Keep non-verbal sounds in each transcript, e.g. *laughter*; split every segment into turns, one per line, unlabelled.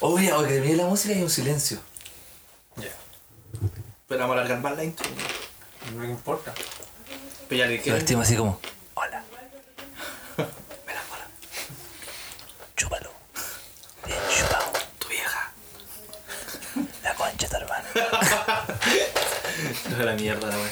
Oh, mira, que terminé la música y hay un silencio.
Ya. Pero vamos a alargar más la intro.
No me importa.
Pero ya le
Lo
dije.
vestimos así como, hola. Me la mola. Chúpalo. Bien chupado.
Tu vieja.
La concha de tu hermana.
*laughs*
No es la mierda, la *clears throat* wea.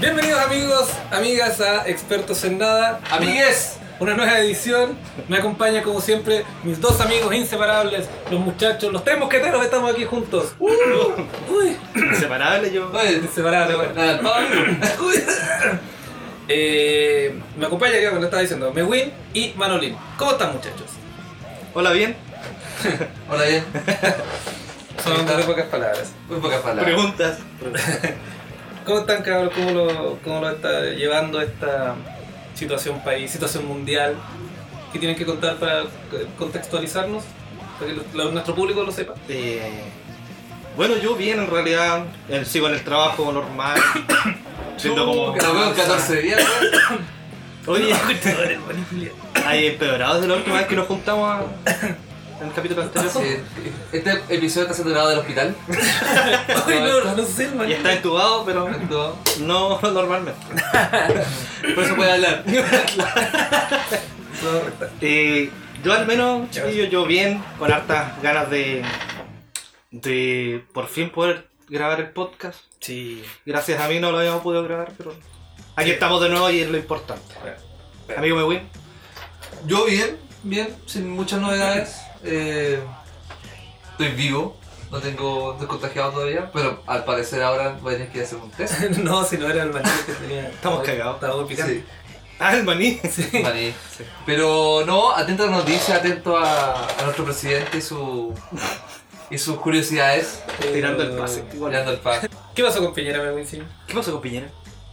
Bienvenidos amigos, amigas a Expertos en Nada.
Amigues.
Una nueva edición. Me acompaña como siempre mis dos amigos inseparables, los muchachos, los tres mosqueteros que estamos aquí juntos. Uy,
Inseparable yo.
inseparables, bueno. Uy. Eh, me acompaña, creo que lo estaba diciendo, Mewin y Manolín. ¿Cómo están muchachos?
Hola, bien.
Hola, bien.
Son de pocas palabras.
Muy pocas palabras.
Preguntas.
¿Cómo están cabros? ¿Cómo lo, cómo lo está llevando esta situación país, situación mundial? ¿Qué tienen que contar para eh, contextualizarnos? Para que lo- lo- nuestro público lo
*laughs*
sepa.
Eh, bueno, yo bien en realidad. Eh, Sigo en el trabajo normal. Siendo como.
Nos vemos en 14 días, weón.
Oye, hay empeorados de la última vez que nos juntamos a- en el capítulo anterior.
Sí. Este episodio está saturado del hospital.
Ay, no, no sé, man.
Y está entubado, pero
No,
no *laughs* normalmente.
Por eso puede hablar.
No,
Eh, yo al menos, chiquillo, yo bien, con hartas ganas de, de por fin poder grabar el podcast.
Sí.
Gracias a mí no lo habíamos podido grabar, pero aquí estamos de nuevo y es lo importante. Amigo Mewin,
Yo bien, bien, sin muchas novedades. Eh, estoy vivo. No tengo descontagiado todavía, pero al parecer ahora voy a tener que ir a hacer un test.
*laughs* No, si no era el maní que tenía.
Estamos cagados.
Estaba muy picante.
ah, el *laughs* maní.
*laughs*
Sí.
Maní. Pero no, atento a las noticias, atento a, a nuestro presidente y, su, y sus curiosidades.
Tirando el pase. Igual.
Mirando el pack.
¿Qué pasó con Piñera, me Winsy?
¿Qué pasó con Piñera?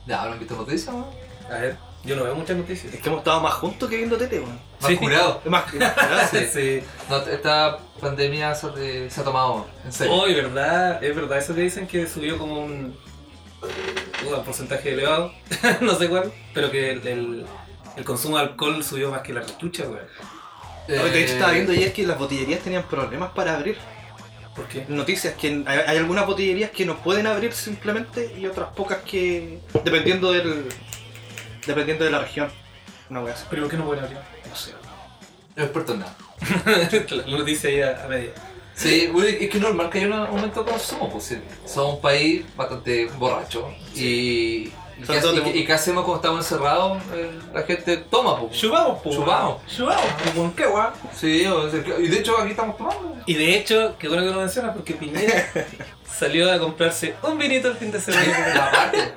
Ya, ¿habrán visto noticias, weón?
A ver, yo no veo muchas noticias.
Es que hemos estado más juntos que viendo tele, *laughs* weón.
Más
Sí.
curado.
Es más que nada.
Sí.
Sí.
No, esta pandemia se, ha- eh, se ha tomado en
Oh,
serio.
Hoy, ¿verdad? Oh, Es verdad, eso que dicen que subió como un, un porcentaje elevado, *laughs* no sé cuál, pero que el, el- el consumo de alcohol subió más que la rechucha, güey.
Eh,
*laughs* De hecho, estaba viendo ayer que las botillerías tenían problemas para abrir.
¿Por qué?
Noticias que hay, hay algunas botillerías que no pueden abrir simplemente y otras pocas que. dependiendo del. dependiendo de la región. No voy a hacer.
¿Pero por qué no pueden abrir?
No
*laughs*
sé.
Eh, No es por nada.
Lo dice ahí a, a media.
Sí, bueno, es que es normal que haya un aumento de consumo, pues sí. Somos un país bastante borracho. Y, y,
Sobre
qué,
todo
y
te-
qué- y qué hacemos cuando estamos encerrados? Eh, la gente toma, pues.
Chupamos, po.
Chupamos.
Chupamos, po, ¿con qué, guay?
Sí, o sea, que- y de hecho aquí estamos tomando.
Y de hecho, qué bueno que lo mencionas porque Piñera *laughs* salió a comprarse un vinito el fin de *laughs* semana.
Y aparte,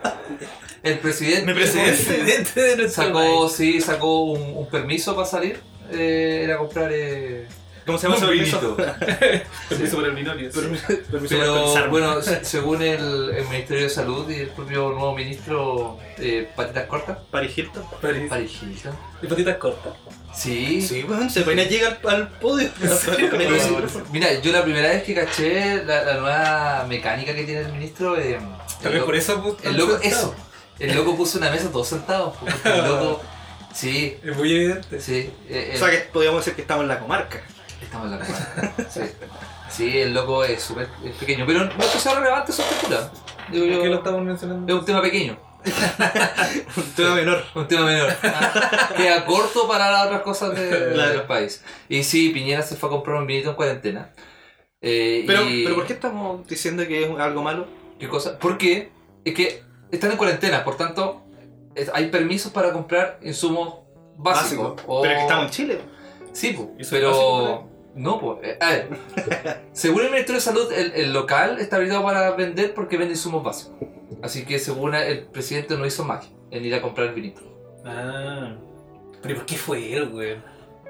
el presidente,
Mi presidente.
Presidente de nuestro
sacó, sí, sacó un, un permiso para salir. Eh, era comprar. Eh,
¿Cómo se llama ese permiso?
país. Permiso para el minorio. sí.
*laughs* Permiso para
Pero
pensar.
bueno, se- según el, el Ministerio de Salud y el propio nuevo ministro eh, Patitas Cortas,
Paris Hilton.
París.
Parejita.
Y patitas cortas.
Sí.
Sí, weón, se pone llega al, al *laughs* podio.
Pero sí, Mira, yo la primera vez que caché la, la nueva mecánica que tiene el ministro, eh,
Tal
el,
vez
loco,
por eso. pues,
el loco-
tanto
eso, el loco puso una mesa todos sentados. porque El loco, sí,
Es muy evidente.
sí, eh,
o
eh,
sea que podríamos decir que estamos en la comarca. *laughs*
estamos en la cama. *laughs* Sí, Sí, el loco es súper es pequeño, pero no es que sea relevante su postura. Digo
¿Por
yo,
qué lo estamos mencionando?
es un tema pequeño.
Un tema menor.
Un
*laughs*
tema menor. Queda corto para las otras cosas de- del
Claro.
país. Y sí, Piñera se fue a comprar un vinito en cuarentena. Eh,
Pero,
y-
pero ¿por qué estamos diciendo que es algo malo?
¿Qué cosa? Porque es que están en cuarentena, por tanto, es- hay permisos para comprar insumos básicos. o-
Pero es que estamos en Chile.
Sí, po,
¿Y eso es
pero...
básico,
No, pues. A ver, *laughs* según el Ministerio de Salud, el, el local está habilitado para vender porque vende insumos básicos. Así que, según el presidente, no hizo magia en ir a comprar el vinito.
Ah. Pero ¿por qué fue él, güey?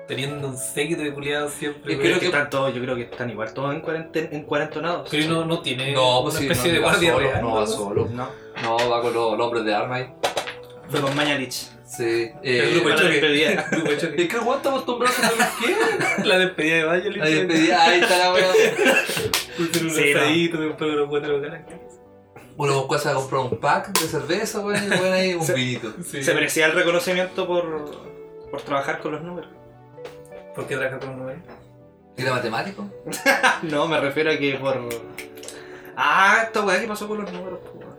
Teniendo un séquito de culiados siempre.
Es
güey.
creo
Es que
que-
están todos, yo creo que están igual todos en cuarentena, en cuarentonados.
Pero no, Eh, no tiene
No,
una
pues sí, no,
especie
no
de
va
guardia
solo,
real.
no va solo.
No.
No, va con los, los hombres de arma ahí.
Fue con Mañalich.
Sí. eh,
el grupo
para
de
la
choque.
despedida.
El grupo
*laughs*
de choque.
Es que el weón está acostumbrado a saber qué.
*laughs* La despedida de Bayer.
Ahí despedida, ahí está
*laughs*
la weá.
Un
Sí, no.
asadito, me compré unos cuatro caracas.
Uno buscó a comprar un pack de cerveza, weón, y el weón ahí un
Se-
vinito.
Sí.
Se merecía el reconocimiento por, por trabajar con los números.
¿Por qué trabaja con un número?
¿Y era matemático?
*laughs* No, me refiero a que por. Ah, esta weá que pasó con los números, po, weón.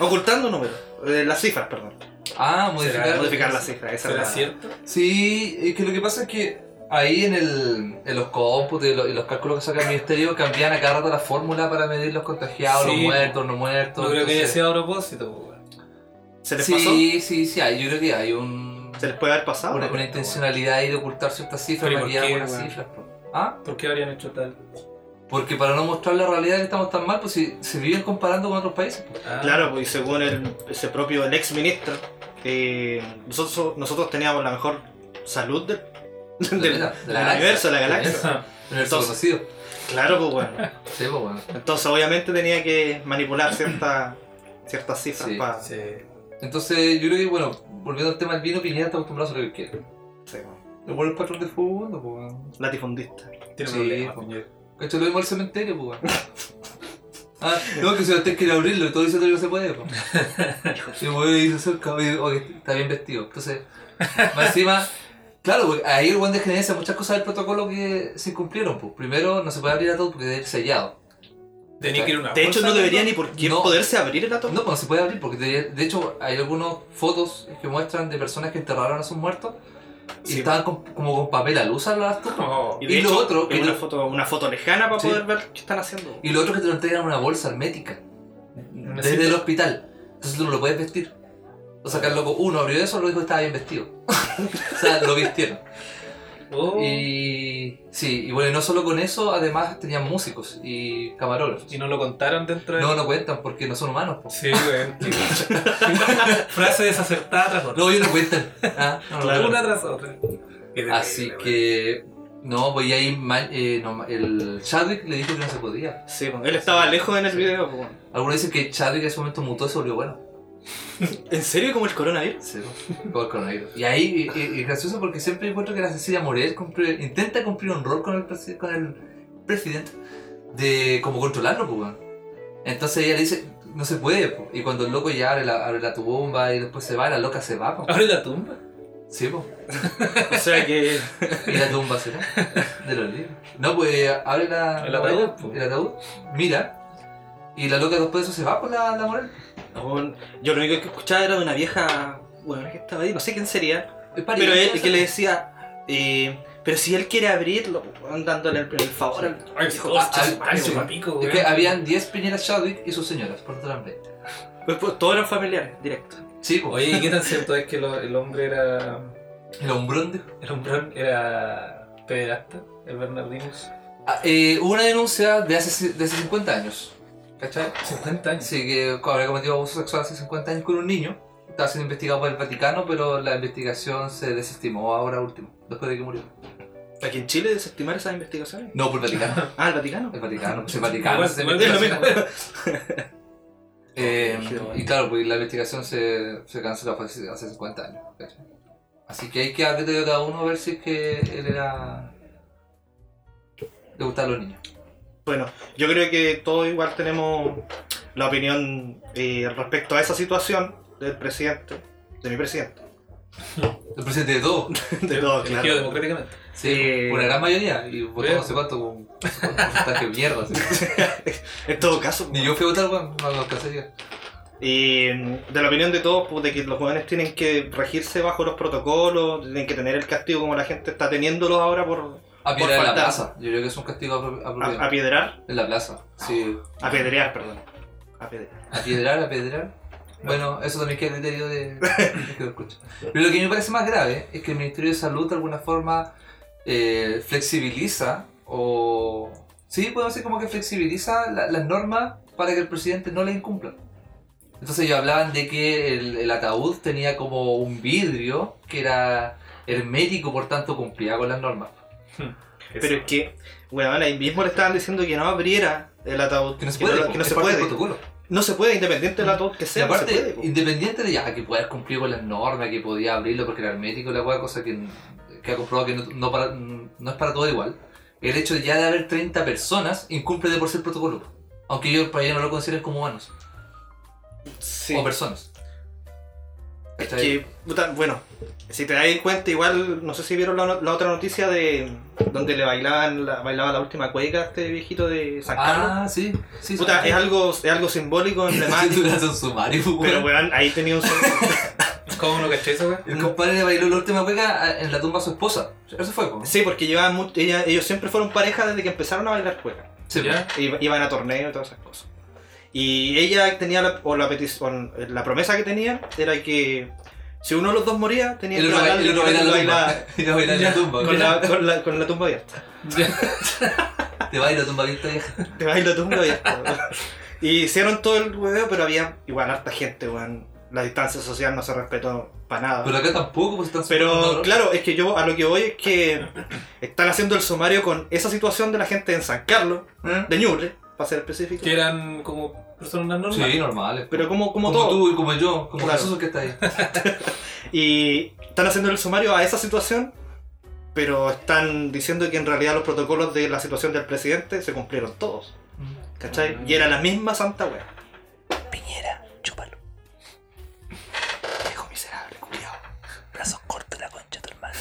Ocultando números. Eh, las cifras, perdón.
Ah,
Será
modificar.
Modificar las cifras, esa
¿Será
es la
cierto?
Sí, es que lo que pasa es que ahí en, el, en los cómputos y los, y los cálculos que saca el ministerio cambian a cada rato la fórmula para medir los contagiados,
Sí.
los muertos, no
No
muertos.
creo que haya
entonces-
sido a propósito, pues, po, weón.
¿Se les pasó?
Sí, sí, sí, hay- yo creo que hay un,
¿Se les puede haber pasado?
una, una intencionalidad ahí de ocultar ciertas cifras,
Pero ¿y por
maquillar
qué,
algunas
weón?
cifras. po. ¿Ah?
¿Por qué habrían hecho tal?
Porque para no mostrar la realidad que estamos tan mal, pues si se viven comparando con otros países. po.
Ah,
Claro, pues, y según el, ese propio el ex ministro, eh, nosotros, nosotros teníamos la mejor salud del, *laughs* del- del
la- la galaxia.
universo, de la galaxia.
*laughs*
Ah,
En el
Entonces-
conocido.
Claro, pues bueno.
Sí, pues bueno.
Entonces, obviamente tenía que manipular cierta- ciertas cifras
Sí.
para.
Sí.
Entonces, yo creo que, bueno, volviendo al tema del vino, Piñera está acostumbrado a hacer lo que quiere.
sí, bueno,
El buen patrón de fútbol, pues bueno.
latifundista.
Sí,
Tiene
pues.
problemas,
po.
puñet.
¿Cachai? Lo mismo el cementerio, pues bueno. Ah, no, que Sebastián quiere abrirlo y todo dice todo que se puede, pues. Y bueno, y se acerca, oye, oye, está bien vestido. Entonces, más encima, claro, porque ahí el buen desgenencia muchas cosas del protocolo que se incumplieron, pues. Primero, no se puede abrir a todo porque debe ir sellado.
Tenía que ir a una
De hecho,
bolsa,
no debería ni por qué
No.
poderse abrir el átomo.
No, pues no se puede abrir porque de, de hecho hay algunas fotos que muestran de personas que enterraron a sus muertos y
Sí.
estaban con- como con papel al usar las tumbas.
No.
y lo otro,
es
que
una,
lo-
foto, una foto lejana para
Sí.
poder ver qué están haciendo.
Y lo otro que te lo entregan en una bolsa hermética desde
cinta.
el hospital. Entonces tú no lo puedes vestir. O sea, que el loco uno abrió eso y lo dijo que estaba bien vestido. *laughs* o sea, lo vistieron.
Oh. Y...
Y sí, y bueno, y no solo con eso, además tenían músicos y camarógrafos.
no lo contaron dentro de.
No, no cuentan porque no son humanos. po.
Sí,
*laughs*
weón. Frase desacertada tras otra.
No, ellos no cuentan. Ah, no, no,
Claro.
no.
Una tras otra. Qué
Así
terrible, weón.
que, no, pues y ahí ma- eh, no, ma- el Chadwick le dijo que no se podía.
Sí, bueno, él estaba lejos en el video. pues, bueno.
Algunos dicen que Chadwick en ese momento mutó y se volvió bueno.
¿En serio como el coronavirus?
Sí, como el coronavirus. Y ahí y- y- y es gracioso porque siempre encuentro que la Cecilia Morel cumple- intenta cumplir un rol con el, presi- con el presidente de como controlarlo, pues, weón. Entonces ella le dice, no se puede, pues. Y cuando el loco ya abre la, abre la tumba y después se va, la loca se va, pues.
Abre la tumba.
Sí, pues.
O sea
*laughs*
que.
Y la tumba será de los libros. No, pues abre la.
El
la
ataúd,
morena,
po.
El ataúd. Mira. Y la loca después de eso se va por la, la moral.
No, yo lo único que escuchaba era de una vieja. Bueno, que estaba ahí, no sé quién sería.
Es
Pero él que le decía. eh, pero si él quiere abrirlo, pues, bueno, dándole el, el favor al.
Ay,
Hijo,
oh,
ah,
chupa-
ah,
ay,
sí.
chupapico,
Es
weón.
que habían 10 piñeras Chadwick y sus señoras, por tanto eran 20.
Pues, pues, todos eran familiares, directo.
Sí, pues.
Oye, ¿y qué tan cierto es que lo- el hombre era.
El hombrón de.
El hombre era. pederasta, el Bernardinos.
Ah, eh, hubo una denuncia de hace, de hace 50 años. ¿Cachai?
50 años.
Sí, que había cometido abuso sexual hace 50 años con un niño. Estaba siendo investigado por el Vaticano, pero la investigación se desestimó ahora último, después de que murió.
Aquí en Chile desestimar esas investigaciones.
No, por el
*laughs*
Vaticano.
Ah, el Vaticano.
El Vaticano, pues el Vaticano.
Igual-
se
igual
Es
metió.
lo mismo.
Eh,
Rígido,
y claro, pues la investigación se, se canceló fue hace hace 50 años. ¿cachai? Así que hay que hablar de cada uno a ver si es que él era. le gustaban los niños.
Bueno, yo creo que todos igual tenemos la opinión eh, respecto a esa situación del presidente, de mi presidente, *laughs*
El presidente de todo.
*laughs*
de todos,
Elegido
claro.
democráticamente.
Sí,
Eh,
una gran mayoría. Y votó
bien.
no sé cuánto, con un porcentaje de mierda. así.
*laughs* En todo caso,
Ni yo fui a votar, weón, no lo alcanzaría.
eh, de la opinión de todos, pues, de que los jóvenes tienen que regirse bajo los protocolos, tienen que tener el castigo como la gente está teniéndolos ahora por Por
A piedra Ah, en la
faltar. Ah,
plaza. Yo creo que es un castigo apro- apropiado.
a- apedrar,
en la plaza. Sí.
apedrear, perdón. Apedrear.
Apedrar, apedrar. Bueno, eso también queda a criterio de, de que lo escucha. Pero lo que me parece más grave es que el Ministerio de Salud de alguna forma eh, flexibiliza o... Sí, podemos decir como que flexibiliza la- las normas para que el presidente no las incumpla. Entonces ellos hablaban de que el, el ataúd tenía como un vidrio que era hermético, por tanto cumplía con las normas.
Pero es que, bueno, ahí mismo le estaban diciendo que no abriera el ataúd,
Que no se puede, pues,
que no
es
se
parte del
puede.
protocolo.
No se puede, independiente de la tos que
Y
sea. no
aparte,
pues, se puede, po.
independiente de ya que puedas cumplir con las normas, que podía abrirlo porque era hermético y la weá, cosa que, que ha comprobado que no, no para- no es para todo igual. El hecho de ya de haber 30 personas incumple de por sí el protocolo. Aunque yo para ello no lo considero como humanos
Sí.
o personas.
Es
¿Cachai?
que, puta, bueno, si te das cuenta, igual, no sé si vieron la, no- la otra noticia de donde le bailaban la, bailaba la última cueca a este viejito de San Carlos.
Ah, sí, sí. sí.
Puta, es algo, es algo simbólico,
*laughs* Sí, tú
emblemático.
le haces un sumario,
pero
weón.
weón, ahí tenía un
¿Cómo no caché eso, weón?
El compadre le bailó la última cueca en la tumba a su esposa. Eso fue, po.
Sí, porque llevaban mu- ella- ellos siempre fueron pareja desde que empezaron a bailar cueca.
Sí, po.
¿Ya?
Iba- Iban a torneos y todas esas cosas. Y ella tenía la, o la, petición, la promesa que tenía era que si uno de los dos moría, tenía
El
que
otro baila-
bailar,
el otro baila en la *laughs* tumba. El otro baila en la
Ya.
tumba.
con, la, con, la, con la tumba abierta.
Ya.
Te baila tumba abierta, vieja.
Te bailo tú, me abierta. Y hicieron todo el hueveo, pero había igual harta gente, weón. La distancia social no se respetó para nada.
Pero
Pero,
acá tampoco, pues están sumando-
claro, es que yo a lo que voy es que están haciendo el sumario con esa situación de la gente en San Carlos,
¿Eh?
de Ñuble, para ser específico.
Que eran como personas normales.
Sí, normales.
¿Mm? Pero como, como,
como
todo.
tú y como yo, como
Claro.
Jesús que
*laughs*
está ahí.
Y están haciendo el sumario a esa situación, pero están diciendo que en realidad los protocolos de la situación del presidente se cumplieron todos.
Mm. Ah.
¿Cachai? Y era la misma santa wea.
Piñera, chúpalo.
Viejo miserable, culiao.
Brazos cortos la concha de tu hermano.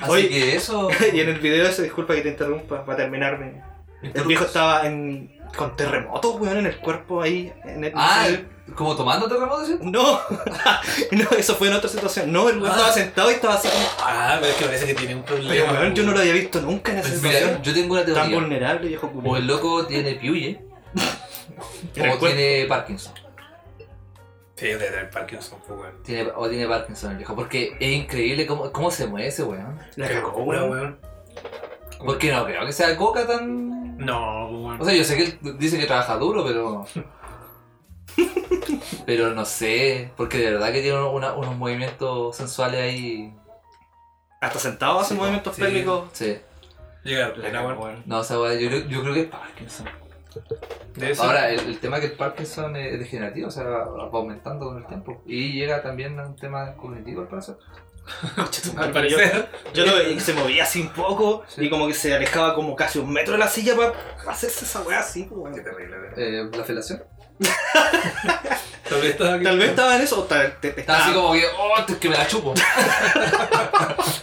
Así
Oye.
que eso.
*laughs* *laughs* y en el video ese, disculpa que te interrumpa, para terminarme. El viejo estaba en, con terremotos, weón, en el cuerpo ahí. En el,
Ah,
en el-
como tomando terremoto, ¿sí?
no, *laughs* no, eso fue en otra situación. No, el weón
Ah.
estaba sentado y estaba así como.
Ah, pero es que parece que tiene un
Pero
problema.
weón, yo no lo había visto nunca en esa
Pues Mira,
situación.
yo tengo una
Tan
teoría.
vulnerable, viejo culo.
O el loco tiene Piuye,
En el
¿eh? o
cuerpo.
tiene Parkinson.
Sí, de del Parkinson, pues, weón.
Tiene, o tiene Parkinson el viejo. Porque es increíble cómo, cómo se mueve ese weón.
La
Qué
cagó,
locura,
weón.
weón.
Porque no creo que sea coca tan.
No, pues, weón.
O sea, yo sé que él dice que trabaja duro,
*laughs*
pero. pero no sé. Porque de verdad que tiene una- unos movimientos sensuales ahí.
Hasta sentado hace
Sí,
movimientos
sí.
pélvicos.
Sí.
Llega
La
plena,
cagó,
weón.
weón.
No, o sea, yo, creo- yo creo que es Parkinson.
Debe ser.
Ahora, el, el tema que el Parkinson es degenerativo, o sea, va aumentando con el tiempo. Y llega también a un tema cognitivo, al parecer. *laughs*
al parecer.
Yo
*laughs*
lo veía que se movía así un poco
Sí.
y como que se alejaba como casi un metro de la silla para hacerse esa weá así, pues, weón.
Qué terrible, weón.
Eh, la felación.
Tal vez estaba aquí.
Tal vez estaba en eso, o tal, te, te
Está así
estaba-
como que, oh, es que me la chupo.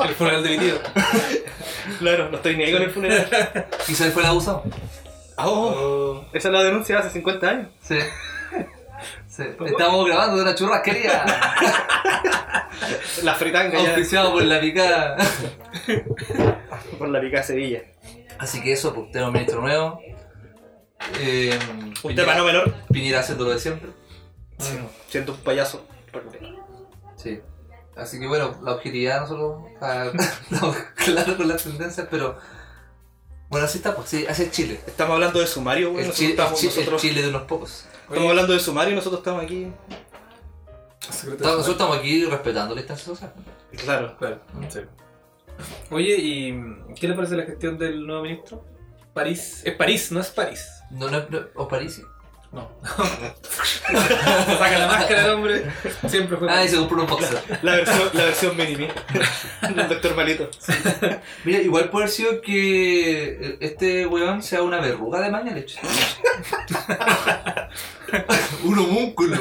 El funeral de mi tío.
Claro, no estoy ni ahí con el funeral.
*laughs* Quizás fue el abusado.
Oh,
Oh.
esa es la denuncia de hace 50 años.
Sí. *laughs* sí. Estamos grabando de
*laughs*
una churrasquería,
La fritanga ya
auspiciado por la picada.
por la pica de Sevilla.
Así que eso, pues, tenemos ministro nuevo. Eh,
Un
Piñera-
tema no menor.
Piñera haciendo lo de siempre.
Siento un payaso.
Sí. Así que bueno, la objetividad nosotros *laughs* ah, estamos claros con las tendencias, pero bueno, así está, pues sí, así es Chile.
Estamos hablando de sumario, güey.
El
Nosotros
Chile,
estamos,
el Chi- el
nosotros-
Chile de unos pocos.
estamos hablando de sumario y nosotros estamos aquí.
Estamos- nosotros estamos aquí respetando la distancia social.
Claro.
Claro, sí. Oye, ¿y qué le parece la gestión del nuevo ministro? París. Es París, no es París.
No, no, no, o París. sí.
No. *laughs* Saca la máscara el hombre. Siempre fue.
Ah, y
París.
se compró un boxer.
La versión, la versión mini del doctor Malito.
Mira, igual puede haber sido que este weón sea una verruga de maña leche. un homúnculo.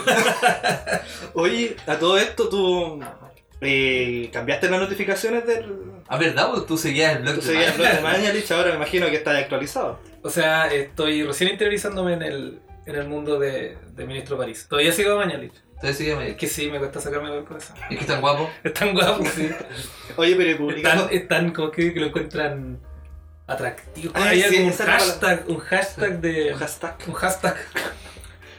Oye, a todo esto tú eh, cambiaste las notificaciones del.
Ah, verdad, pues tú seguías el blog
Tú
de
seguías el
Maña.
blog de Mañalich, ahora me imagino que está actualizado.
O sea, estoy recién interiorizándome en el, en el mundo de, de ministro París. Todavía sigo a Mañalich.
Entonces seguías Maña.
Es que sí, me cuesta sacarme del corazón.
Es que es tan guapo.
Están guapos, sí.
Oye, pero publicando.
Están, están como que, que lo encuentran atractivo.
Ah,
Había
sí,
como un
esa era la
hashtag, un hashtag de.
un hashtag. *laughs*
Un hashtag.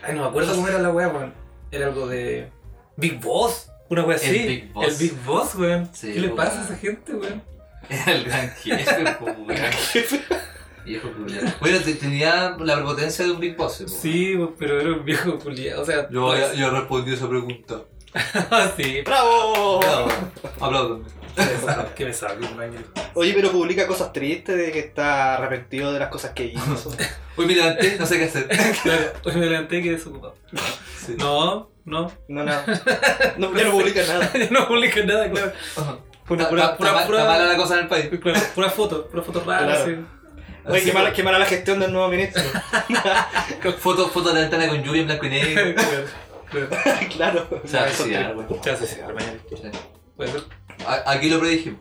Ay, no me acuerdo cómo era la weá, weón. Era algo de. Big Boss. Una weá
El
así.
Big Boss.
El Big Boss, weón.
Sí,
¿Qué le
weón.
pasa a esa gente, weón?
Era el gran jefe, po, weón. Viejo culiao. Bueno, te- tenía la prepotencia de un Big Boss, po.
Sí, weón, pero era un viejo culiado. O sea, pues, *laughs*
Yo,
ah,
yo respondí esa pregunta.
sí.
¡Bravo!
Aplaudo. Aplaudo.
Qué pesado, que un año.
Oye, pero publica cosas tristes de que está arrepentido de las cosas que hizo.
Uy, me levanté, no sé qué hacer.
*laughs* Claro, hoy me levanté y quedé desocupado.
Sí.
No, no. *laughs*
No, nada. No, ya no publica nada.
Yo no publiqué nada, claro.
Ajá.
Fue una
Está-
pura,
está-
pura,
está-
pura-
está mala la cosa en el país.
claro, pura foto, pura foto rara,
Claro.
sí. *laughs*
Oye, qué mala, qué mala la gestión del nuevo ministro.
Foto, foto de la ventana con lluvia en blanco y
*laughs*
negro.
Claro, claro.
claro.
O sea,
Eso
sí,
te-
algo.
Ya sé, sí, mañana.
Sí.
Puede ser.
A- Aquí lo predijimos.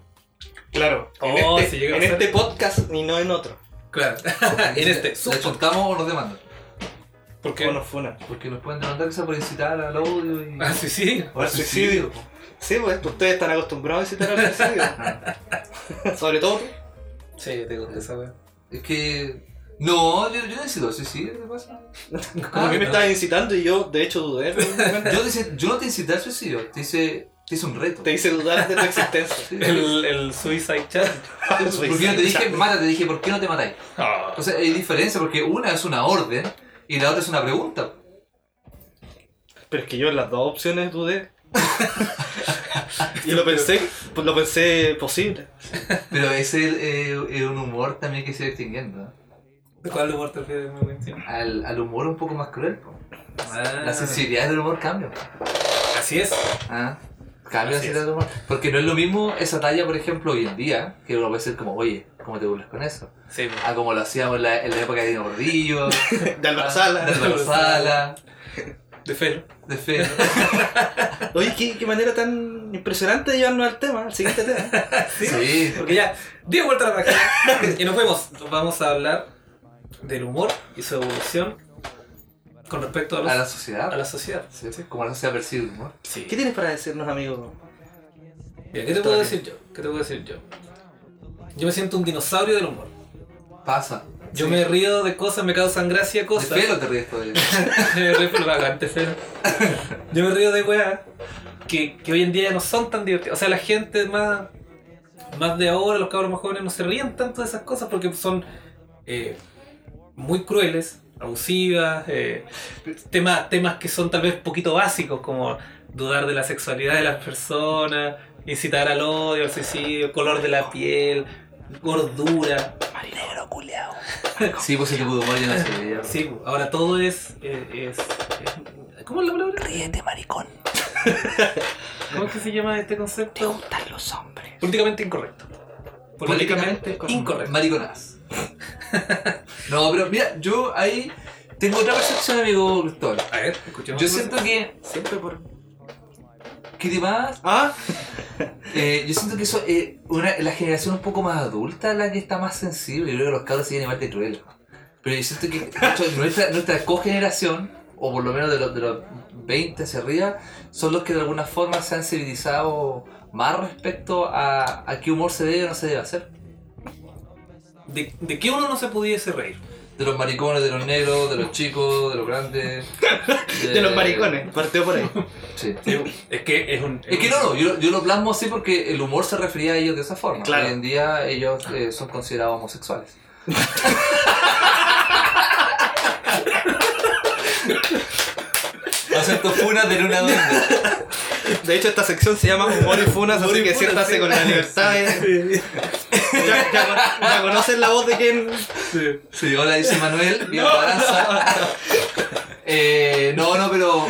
Claro.
Oh,
en este,
si llega a
en
ser.
este podcast y no en otro.
Claro. *laughs* en este,
¿Le contamos o nos demandan?
porque
O nos funan.
Porque nos pueden demandar quizá por incitar al odio y.
Ah, sí, sí.
o al
al suicidio.
suicidio. po.
Sí, pues ustedes están acostumbrados a visitar al
*laughs*
suicidio. Sobre todo tú.
Sí, yo te conté esa wea.
Es que. No, yo, yo no incito al suicidio, ¿qué pasa?
Como
Ah,
que me
no.
estabas incitando y yo, de hecho, dudé. por un momento.
Yo, dice, yo no te incité al suicidio, te hice, te hice un reto.
Te hice dudar de tu existencia.
Sí.
El, el Suicide Chat.
*laughs* Porque no te dije, mata, te dije, ¿por qué no te matáis?
Ah.
Entonces hay diferencia porque una es una orden y la otra es una pregunta.
Pero es que yo en las dos opciones
*laughs*
dudé. y lo pensé, pues lo pensé posible.
Pero ese es eh, es un humor también que se va extinguiendo. ¿eh?
¿De cuál humor te refieres? me mencionas?
Al, al humor un poco más cruel. po.
Ah,
La sensibilidad del humor cambia.
Así es.
¿ah? Cambia la
Así es.
sensibilidad del humor. Porque no es lo mismo esa talla, por ejemplo, hoy en día, que uno puede ser como, oye, ¿cómo te burlas con eso?
Sí, po.
Ah, como lo hacíamos en la, en la época de Dino Gordillo,
De Álvaro
de
Sala.
Álvaro Sala,
de Felo.
de Fede.
Oye, qué, qué manera tan impresionante de llevarnos al tema, al siguiente tema.
Sí.
Porque ya, 10 vueltas a la página. y nos vemos. Nos vamos a hablar del humor y su evolución con respecto a, los-
A la sociedad.
a la sociedad.
Sí, Como la sociedad percibe el humor.
Sí.
¿Qué tienes para decirnos, amigo?
Mira, ¿qué te puedo decir yo? ¿Qué te puedo decir yo? Yo me siento un dinosaurio del humor.
Pasa.
Yo me río de cosas, me causan gracia
De
cosas.
pelo te ríes pues?
*laughs*
todavía.
me río por vagante, feo. Yo me río de weas que, que hoy en día ya no son tan divertidas. O sea, la gente más, más de ahora, los cabros más jóvenes, no se ríen tanto de esas cosas porque son eh, muy crueles, abusivas, eh, temas, temas que son tal vez poquito básicos, como dudar de la sexualidad de las personas, incitar al odio, al suicidio, color de la piel, gordura.
Marinero culeado.
Sí, pues el tipo de humor ya no se veía.
Sí, po. ahora todo es, eh, es, es- ¿Cómo es la palabra?
Ríete, maricón.
¿Cómo es que se llama este
Te
concepto?
gustan los hombres.
Políticamente incorrecto. Políticamente
Políticamente
incorrecto.
Mariconadas. *laughs* No, pero mira, yo ahí tengo otra percepción, amigo Cristóbal.
A ver, escuchemos.
Yo siento que,
Siempre por.
que demás,
Ah,
eh, yo siento que eso eh, una, la generación un poco más adulta es la que está más sensible. Yo creo que los cabros siguen igual de crueles. Pero yo siento que de hecho, nuestra, nuestra cogeneración, o por lo menos de los, de los 20 hacia arriba, son los que de alguna forma se han civilizado más respecto a, a qué humor se debe o no se debe hacer.
¿De, de qué uno no se pudiese reír?
De los maricones, de los negros, de los chicos, de los grandes.
*laughs* de
Eh,
los maricones, partió por ahí.
Sí.
Sí, po. es que es un...
Es que no, no, yo, yo lo plasmo así porque el humor se refería a ellos de esa forma.
Claro.
Hoy en día ellos eh, son
*laughs*
considerados homosexuales. Acepto funas de luna duende.
De hecho, esta sección se llama Humor y Funas,
Humor
así
y
que
funas,
siéntase
sí.
con la libertad. eh. Ya, ya- ya conocen la voz de quien.
Sí.
Sí, hola, dice Manuel, bien balanza. Eh, no, no, pero.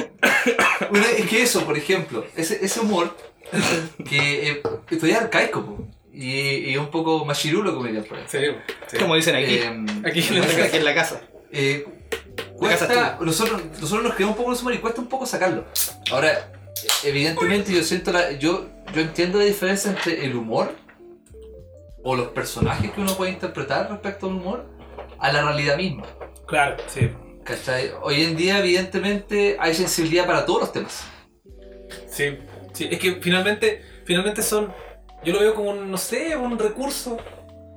Bueno, es que eso, por ejemplo, ese, ese humor que eh, todavía es arcaico po, y, y un poco machirulo, como dirían por ahí.
Sí, po. sí.
Como dicen aquí.
Eh,
Aquí en la
Aquí en la casa.
Eh,
La casa
cuesta,
es
nosotros, nosotros nos creemos un poco en humor y cuesta un poco sacarlo. Ahora, evidentemente yo siento la, yo, yo entiendo la diferencia entre el humor o los personajes que uno puede interpretar respecto al humor a la realidad misma.
Claro, sí.
¿Cachai? Hoy en día, evidentemente, hay sensibilidad para todos los temas.
Sí, sí, es que finalmente, finalmente son, yo lo veo como un, no sé, un recurso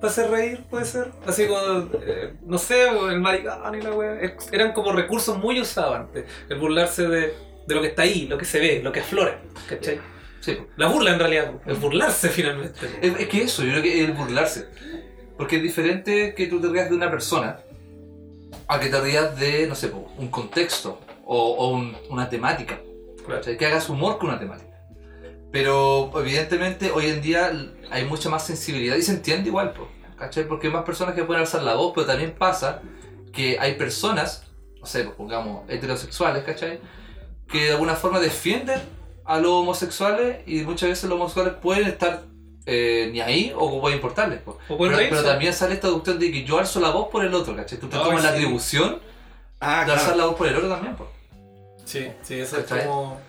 para hacer reír, puede ser. Así como, eh, no sé, o el maricón y la wea. Es- Eran como recursos muy usados antes. El burlarse de, de lo que está ahí, lo que se ve, lo que aflora. ¿Cachai?
Sí, po.
La burla en realidad, el burlarse finalmente. pues,
es, es que eso, yo creo que es el burlarse. Porque es diferente que tú te rías de una persona a que te rías de, no sé, po, un contexto o, o un- una temática.
Claro.
¿cachai? Que hagas humor con una temática. Pero evidentemente hoy en día hay mucha más sensibilidad y se entiende igual, po, ¿cachai? Porque hay más personas que pueden alzar la voz, pero también pasa que hay personas, no sé, pues, pongamos heterosexuales, ¿cachai? Que de alguna forma defienden a los homosexuales y muchas veces los homosexuales pueden estar eh, ni ahí o puede importarles. po.
O pueden
Pero,
reírse.
pero también sale esta cuestión de que yo alzo la voz por el otro, ¿cachai? Tú te
Ay,
tomas la
sí.
atribución
Ah,
de alzar
claro.
la voz por el otro también, po.
Sí, sí, eso
¿Cachai?
es como.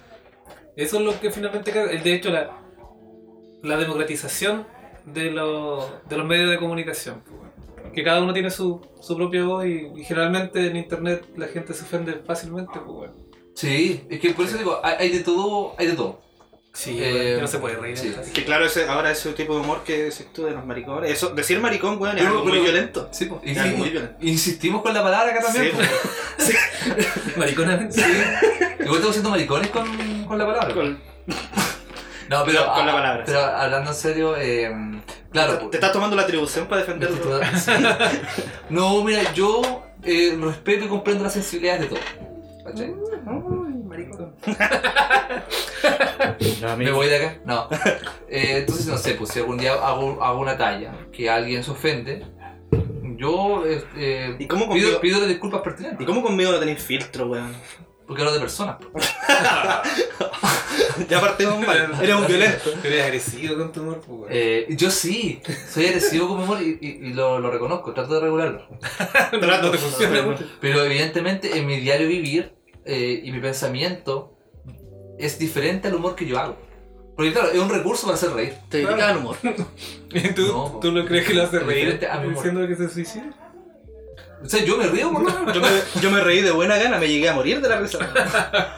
Eso es lo que finalmente. ca- el- De hecho, la, la democratización de, los de los medios de comunicación. pues, bueno. Que cada uno tiene su, su propia voz y, y generalmente en internet la gente se ofende fácilmente. Pues, bueno.
Sí, es que por eso digo, hay, hay de todo, hay de todo.
Sí,
Eh,
bueno, que no *laughs* se puede reír.
sí.
en esta-
Es que claro, ese, ahora ese tipo de humor que decís tú de los maricones. Eso, decir maricón, weón, es
Pero-
algo muy
pero-
violento.
Sí, po. Y-
Es algo muy violento.
Insistimos con la palabra acá también, pues.
Sí,
po.
po.
Mariconamente.
Igual estamos siendo maricones con, con la palabra.
Con-
no, pero,
con la
ah,
palabra.
Pero hablando en serio, eh, claro. po.
Te estás tomando la atribución para
Me estoy
defenderlo.
toda- sí.
*laughs*
No, mira, yo eh, respeto y comprendo las sensibilidades de todos. ¿cachai?
Mm.
Me voy de acá. No.
*laughs*
Eh, entonces, no sé, pues si algún día hago, hago una talla que alguien se ofende, yo eh, eh,
¿Y cómo
pido,
conmigo?
pido las disculpas pertinentes.
¿Y cómo conmigo no tenéis filtro, weón?
Porque hablo de personas.
Ya partimos
*laughs*
mal. Eres un violento.
Eres agresivo con tu humor. pues, bueno.
Eh, yo sí, soy agresivo con mi humor y, y- y lo, lo reconozco, trato de regularlo.
*laughs* no, no te funciona
Pero-
mucho. *laughs*
Pero evidentemente en mi diario vivir eh, y mi pensamiento es diferente al humor que yo hago. Porque claro, es un recurso para hacer reír.
Te dedicas al humor.
¿Y tú,
No, po.
tú lo crees que lo hace
Es
reír
diferente a mi humor.
diciendo que se suicida?
O sea, yo me río, por lo menos.
Yo me, yo me reí de buena gana, me llegué a morir de la risa.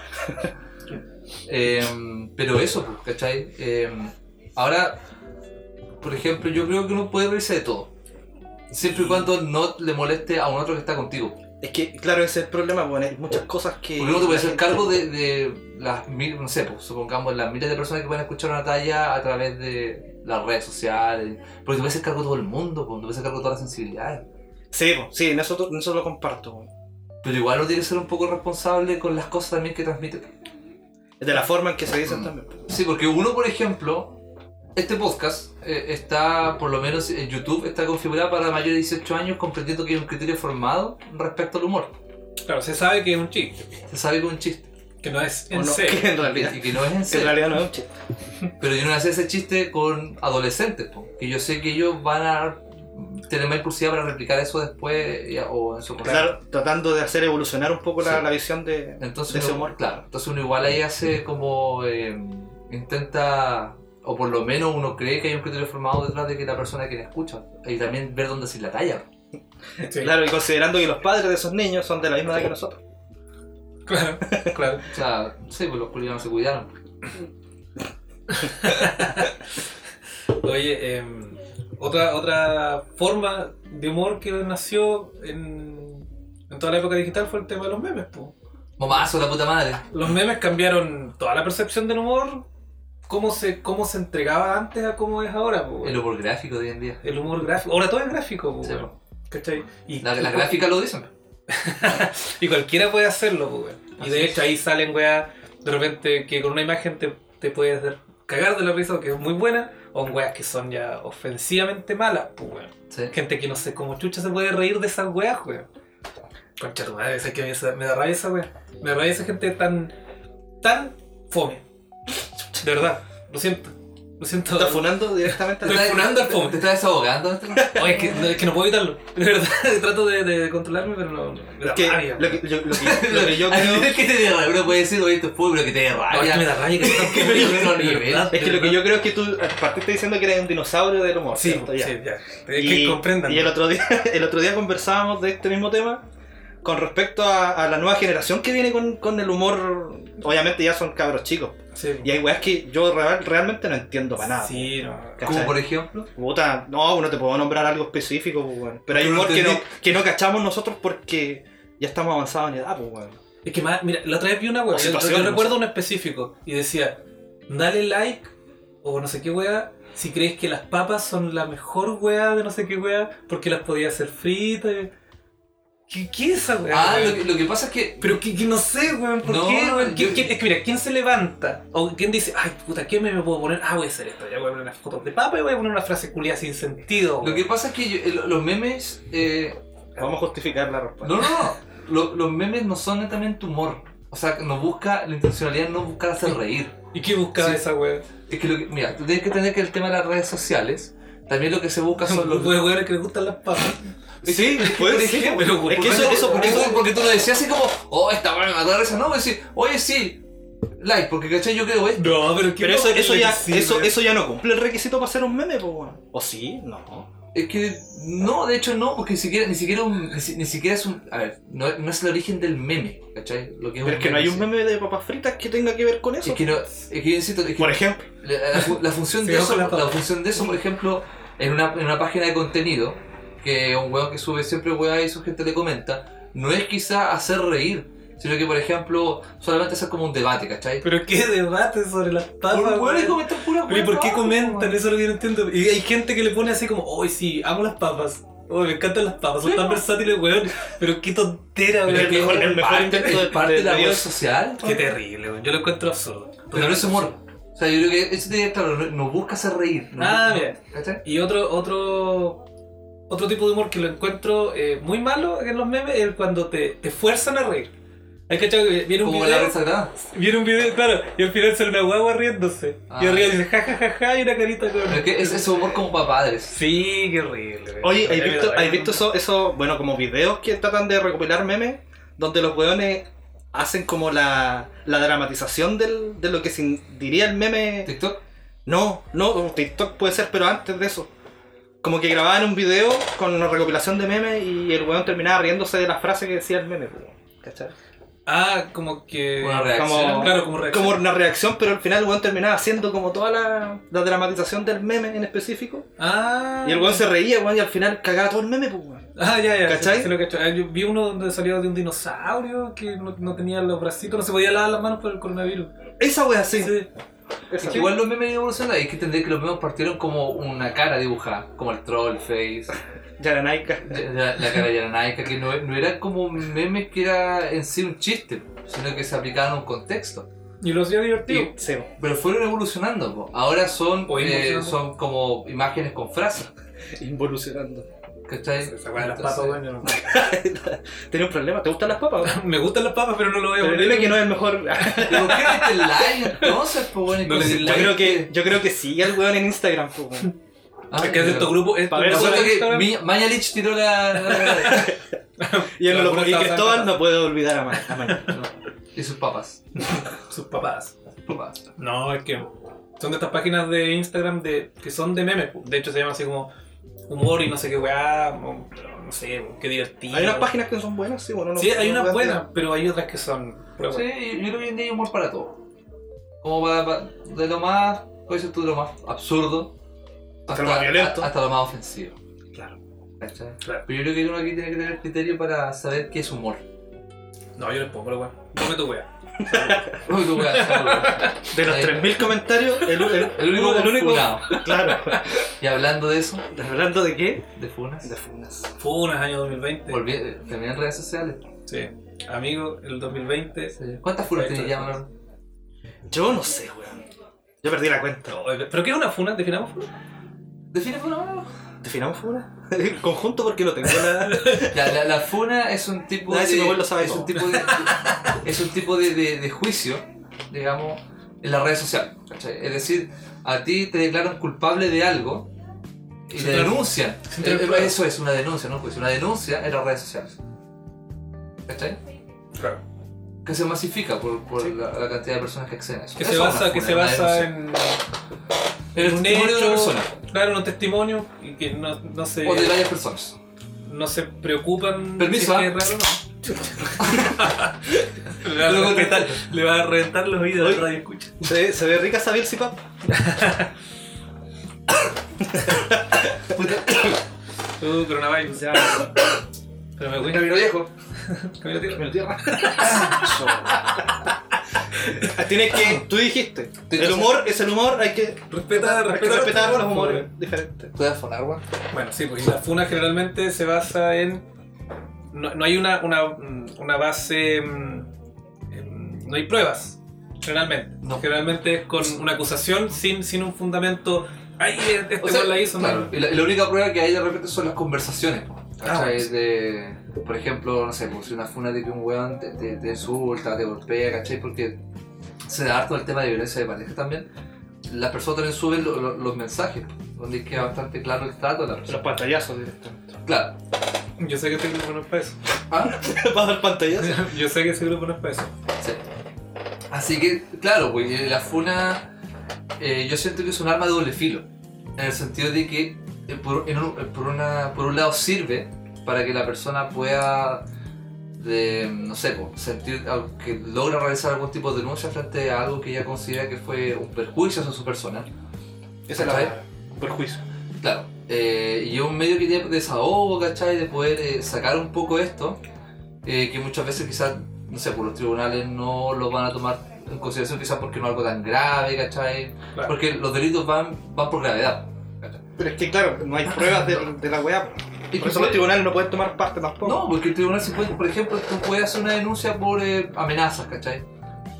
Em, pero eso, pues, ¿cachai? Em, ahora, por ejemplo, yo creo que uno puede reírse de todo. Siempre y cuando no le moleste a un otro que está contigo.
Es que, claro, ese es el problema, weón. Hay muchas cosas que.
Porque uno te puede hacer cargo de, de las mil, no sé, pues, supongamos las miles de personas que pueden escuchar una talla a través de las redes sociales. Porque te puede hacer cargo todo el mundo, pues, te puede hacer cargo todas las sensibilidades.
Sí, po, sí, en eso, to- en eso lo comparto, weón.
Pero igual uno tiene que ser un poco responsable con las cosas también que transmite.
De la forma en que se dicen
Mm.
también. po.
Sí, porque uno, por ejemplo, este podcast eh, está, por lo menos en YouTube, está configurado para mayores de 18 años, comprendiendo que hay un criterio formado respecto al humor.
Claro, se sabe que es un chiste,
Se sabe que es un chiste
que no es en
O no,
serio.
que *laughs* en realidad.
y que no es en
que en
serio.
realidad no es un chiste.
Pero yo no hacía ese chiste con adolescentes, po, que yo sé que ellos van a tener más impulsividad para replicar eso después y- o en su
Claro, tratando de hacer evolucionar un poco la,
Sí.
la visión de,
Entonces,
de ese
uno-
humor.
claro, entonces uno igual ahí hace como eh, intenta, o por lo menos uno cree que hay un criterio formado detrás de que la persona que la escucha, y también ver dónde se la talla.
Sí,
Claro, y considerando que los padres de esos niños son de la misma edad que nosotros.
*laughs* claro, claro.
O sea, sí, pues los culiados no se cuidaron.
Oye, em, otra, otra forma de humor que nació en, en toda la época digital fue el tema de los memes. po.
Momazo, la puta madre.
Los memes cambiaron toda la percepción del humor, cómo se, cómo se entregaba antes a cómo es ahora. po.
El humor gráfico de hoy en día.
El humor gráfico. Ahora todo es gráfico. po,
Sí,
weón. ¿Cachai? Y, pues
La, la
y-
gráfica lo dicen.
Y cualquiera puede hacerlo, pues, weón. Y de
Así
hecho ahí salen weas de repente que con una imagen te, te puedes hacer cagar de la risa o que es muy buena, o en weas que son ya ofensivamente malas, pues, weón.
Sí.
Gente que no sé cómo chucha se puede reír de esas weas, weón. Concha tu madre, sé que me, me da rabia esa wea. Me da rabia esa gente tan. tan fome. De verdad, lo siento. Lo siento.
Estás funando directamente
Estoy
a
funando al
te-
fome.
Te estás desahogando. este-
Oye, es que, no, es que no puedo evitarlo. De verdad, *laughs* trato de, de controlarme, pero no. Me da
que,
rabia,
lo,
weón.
que, yo, lo, que,
*laughs*
lo que yo
Al
creo
nivel que te dé rabia, uno puede decir, oye, esto es pueblo, pero que te dé
No, es que me
rabia.
da *laughs* rabia que sea
Qué peligro, de verdad.
es que lo que yo creo es que tú partiste diciendo que eres un dinosaurio del humor.
Sí,
¿cierto?
sí,
Ya.
ya. Es que comprendan.
y el otro día, *laughs* el otro día conversábamos de este mismo tema con respecto a, a la nueva generación que viene con, con el humor. Obviamente ya son cabros chicos.
Sí.
Y hay weas que yo real- realmente no entiendo para nada.
Sí, no.
¿cachai?
Como por ejemplo.
e- Puta, no, no te puedo nombrar algo específico, pues, weón. Pero hay
Pero
humor que no,
entendí.
que no cachamos nosotros porque ya estamos avanzados en edad, pues, weón.
Es que más, mira, la otra vez vi una
O
weá. Yo, yo
situaciones.
recuerdo uno específico y decía: dale like o no sé qué weá si crees que las papas son la mejor weá de no sé qué weá porque las podía hacer fritas. ¿Qué, qué es esa weá?
Ah,
weón?
lo que, lo que pasa es que.
Pero que, que no sé, weón, ¿por
No,
qué? weón? ¿Quién-
yo-
quién- es que mira, ¿quién se levanta? O quién dice, ay, puta, ¿qué me puedo poner? Ah, voy a hacer esto, ya voy a poner unas fotos de papa y voy a poner una frase culia sin sentido.
Lo que pasa es que yo- eh, lo- los memes. eh,
Vamos a justificar la respuesta.
no, no, no. Lo- los memes no son netamente humor. O sea, no busca. La intencionalidad no busca hacer reír.
¿Y qué buscaba
Sí.
esa weón?
Es que, lo que- mira, tú tienes que entender que el tema de las redes sociales. También lo que se busca son
*laughs* Los
los.
weones que les gustan las papas.
Sí,
Por
puede ser.
ejemplo,
Es que eso, eso, por
porque,
eso-
porque tú lo decías así como, oh, esta weá me mató de risa. No, voy a decir, oye, sí, like, porque cachai, yo creo esto.
*laughs* No, pero ¿qué
Pero eso, eso, ya,
Sí,
eso,
weón.
eso ya no cumple el requisito para ser un meme, pues, weón. ¿O sí? No.
Es que, no, de hecho no, porque ni siquiera, ni siquiera, un- ni, si- ni siquiera es un. A ver, no, no es el origen del meme, cachai. Lo que es
Pero es que no hay un
sí.
meme de papas fritas que tenga que ver con eso.
Es que, no, es que yo insisto, es que
Por ejemplo.
la, la fu- la función
Sí,
de
ojo
eso,
la
la
papa.
función de eso, por ejemplo, en una, en una página de contenido, que un weón que sube siempre weá y su gente le comenta, no es quizá hacer reír, sino que, por ejemplo, solamente hacer como un debate, ¿cachai?
Pero qué debate sobre las papas.
Por hueones
weón.
comentan pura
Pero ¿Y
hueá,
por qué
no,
comentan?
weón.
Eso es lo que yo no entiendo. Y hay gente que le pone así como, hoy sí, amo las papas. Hoy me encantan las papas, son
Sí,
tan
no.
versátiles, weón. Pero qué tontera,
Pero
weón.
el mejor, el mejor intento de
Es parte de la red
Dios.
social.
Qué terrible, weón. Yo lo encuentro absurdo.
Pero no es humor. O sea, yo creo que eso tiene claro, no, no busca hacer reír. no-
Ah,
no-
mira.
¿Cachai?
Y otro, otro, otro tipo de humor que lo encuentro eh, muy malo en los memes es cuando te, te fuerzan a reír. Hay cachado que viene un
Como la
video,
red sagrada.
viene un video, claro, y al final sale una guagua riéndose. Y
Ah.
arriba dice ja ja ja ja y una carita con.
Es que es, es humor como para padres.
Sí, qué horrible. weón.
Oye, ¿has
Ya me
visto,
da
¿has
ganas.
visto eso, eso, bueno, como videos que tratan de recopilar memes? Donde los weones hacen como la, la dramatización del, de lo que sin- diría el meme.
TikTok.
No, no, TikTok puede ser, pero antes de eso. Como que grababan un video con una recopilación de memes y el weón terminaba riéndose de la frase que decía el meme. pues, ¿Cachai?
Ah, como que.
Una reacción.
Como-
Claro, como reacción.
Como una reacción, pero al final el weón terminaba haciendo como toda la, la dramatización del meme en específico.
Ah.
Y el weón se reía, weón, y al final cagaba todo el meme, pues, weón.
Ah, ya, ya.
¿Cachai?
sí, sí lo cacho. Ah, yo vi uno donde salía de un dinosaurio que no, no tenía los bracitos, no se podía lavar las manos por el coronavirus.
Esa wea sí.
Sí.
Es que igual los memes evolucionan. Hay que entender que los memes partieron como una cara dibujada. Como el troll face.
Yaranaika.
La, la cara yaranaica. Que no, no era como memes que era en sí un chiste. Sino que se aplicaban a un contexto.
Y lo hacía divertido.
Sí, sí.
Pero fueron evolucionando. po. Ahora son,
O
eh,
involucionando.
son como imágenes con frases.
Involucionando.
¿Cachai?
Esa weá de las
Entonces,
papas, weón, yo no-
*laughs* Tenía un problema. ¿Te gustan las papas? *laughs* weón?
*laughs* Me gustan las papas, pero no lo voy a
Pero
poner.
dime que no es el mejor.
¿Pero qué viste el live entonces? Pues bueno,
No le
entonces
*laughs*
el
di
Yo
live
creo que, yo creo que sigue el weón en Instagram, pues, weón.
Ah,
Es que es de estos
pero-
grupos. Es
Para ver,
una
Apuesto
sola
que
Instagram.
Mi- Mañalich tiró la. la- la-
Y en
Pero
lo
algunos
y
estaban
Cristóbal
empatados.
no puedo olvidar a Ma- a *laughs* Maña.
No, *laughs* Y sus papas.
Sus papás.
sus papas.
No, es que son de estas páginas de Instagram de, que son de memes. po. De hecho, se llama así como humor y no sé qué weá. o- No sé, qué divertido.
Hay unas páginas que son buenas, sí, bueno. no-
Sí, hay
no
unas
puedo
buenas,
decir.
pero hay otras que son. pura
Sí,
weá.
yo creo que hoy en día hay humor para todo. Como para, para- de lo más. ¿Cómo dices tú? De lo más absurdo.
Hasta lo más violento.
Hasta lo más ofensivo.
Claro.
¿Cachai?
Claro.
Pero yo creo que uno aquí tiene que tener criterio para saber qué es humor. *laughs*
No, yo les pongo la weá. Come tu weá.
Uy, tú, weá, salud.
De los
Ahí.
3.000 comentarios, el, el-
El único,
el único-
funado.
Claro.
Y hablando de eso,
*laughs* ¿Hablando de qué?
de funas,
De funas.
Funas, año 2020.
volvi- también en redes sociales.
Sí. Amigo, el 2020.
Sí. ¿Cuántas funas
Sí,
tenés
sí,
ya,
sí.
Manuel?
Yo no sé, weón. Yo perdí la cuenta.
¿Pero qué es una funa? ¿Definamos funa?
¿Define funa, Manuel?
¿Definamos funa? El *laughs* conjunto porque no tengo la.
Ya, la, la funa es un tipo
Nadie
de.
si mi abuelo sabe
es
todo.
un tipo de. es un tipo de, de- de juicio, digamos, en las redes sociales. ¿cachai? Es decir, a ti te declaran culpable de algo y
Sin
te
tener-
denuncian.
sin
Eh,
tener pruebas.
eso es una denuncia, no un juicio. Una denuncia en las redes sociales. ¿Cachai?
Claro.
Que se masifica por, por la, la cantidad de personas que acceden a eso.
Que
Eso
se
es una
basa, que
funa,
se
una
basa
denuncia.
en.
En el
un
testimonio de una
hecho,
persona.
Claro, un testimonio y que no, no se.
O de varias personas.
no se preocupan.
Permiso,
si
¿ah?
es que es raro, no.
*laughs*
le, va a reventar, le va a reventar los oídos al radio escucha.
Se, se ve rica esa Birsi *laughs* Pap.
Uh, coronavirus.
Ya.
Pero me voy.
Camino viejo.
Camilo, tío.
Tienes que. Tú dijiste.
Estoy
El humor es el humor, hay que.
Respeta,
hay que
respeta,
Ah, respetar
los
los humores
humores. pues,
diferentes.
¿Tú das fonar, weón?
Bueno, sí, porque la funa generalmente se basa en no, no hay una, una, una base, mm, em, no hay pruebas, generalmente.
No.
Generalmente es con una acusación sin, sin un fundamento. Ay, este *laughs*
O sea,
weón la hizo, ¿no?
claro, y la, y la única prueba que hay de repente son las conversaciones. po, ¿cachai?
Ah, sí.
de, por ejemplo, no sé, pues, si una funa de que un weón te, te- te insulta, te golpea, ¿cachai? Porque se da harto el tema de violencia de pareja también. Las personas también suben lo- lo- los mensajes, po, donde queda bastante claro el trato de la persona.
Los pantallazos *laughs* directamente.
Claro.
Yo sé que este grupo no es para eso. *laughs*
¿Ah?
¿Vas a dar pantallazos?
Yo sé que ese grupo no es para eso.
Sí. Así que, claro, pues eh, la funa eh, yo siento que es un arma de doble filo. En el sentido de que eh, por, en un, eh, por una, por un lado sirve para que la persona pueda, de, no sé, po, sentir al- que logra realizar algún tipo de denuncia frente a algo que ella considera que fue un perjuicio hacia su persona.
Esa es la
¿Cachai?
palabra. Perjuicio.
Claro. eh, y es un medio que tiene desahogo, ¿cachai? De poder eh, sacar un poco esto, eh, que muchas veces quizás, no sé, por los tribunales no lo van a tomar en consideración quizás porque no es algo tan grave, ¿cachai?
Claro.
Porque los delitos van, van por gravedad. ¿cachai?
Pero es que, claro, no hay pruebas de, de la weá.
Y
Por eso
que-
los tribunales no pueden tomar parte tampoco.
No, porque el tribunal se puede, por ejemplo, tú puedes hacer una denuncia por eh, amenazas, ¿cachai?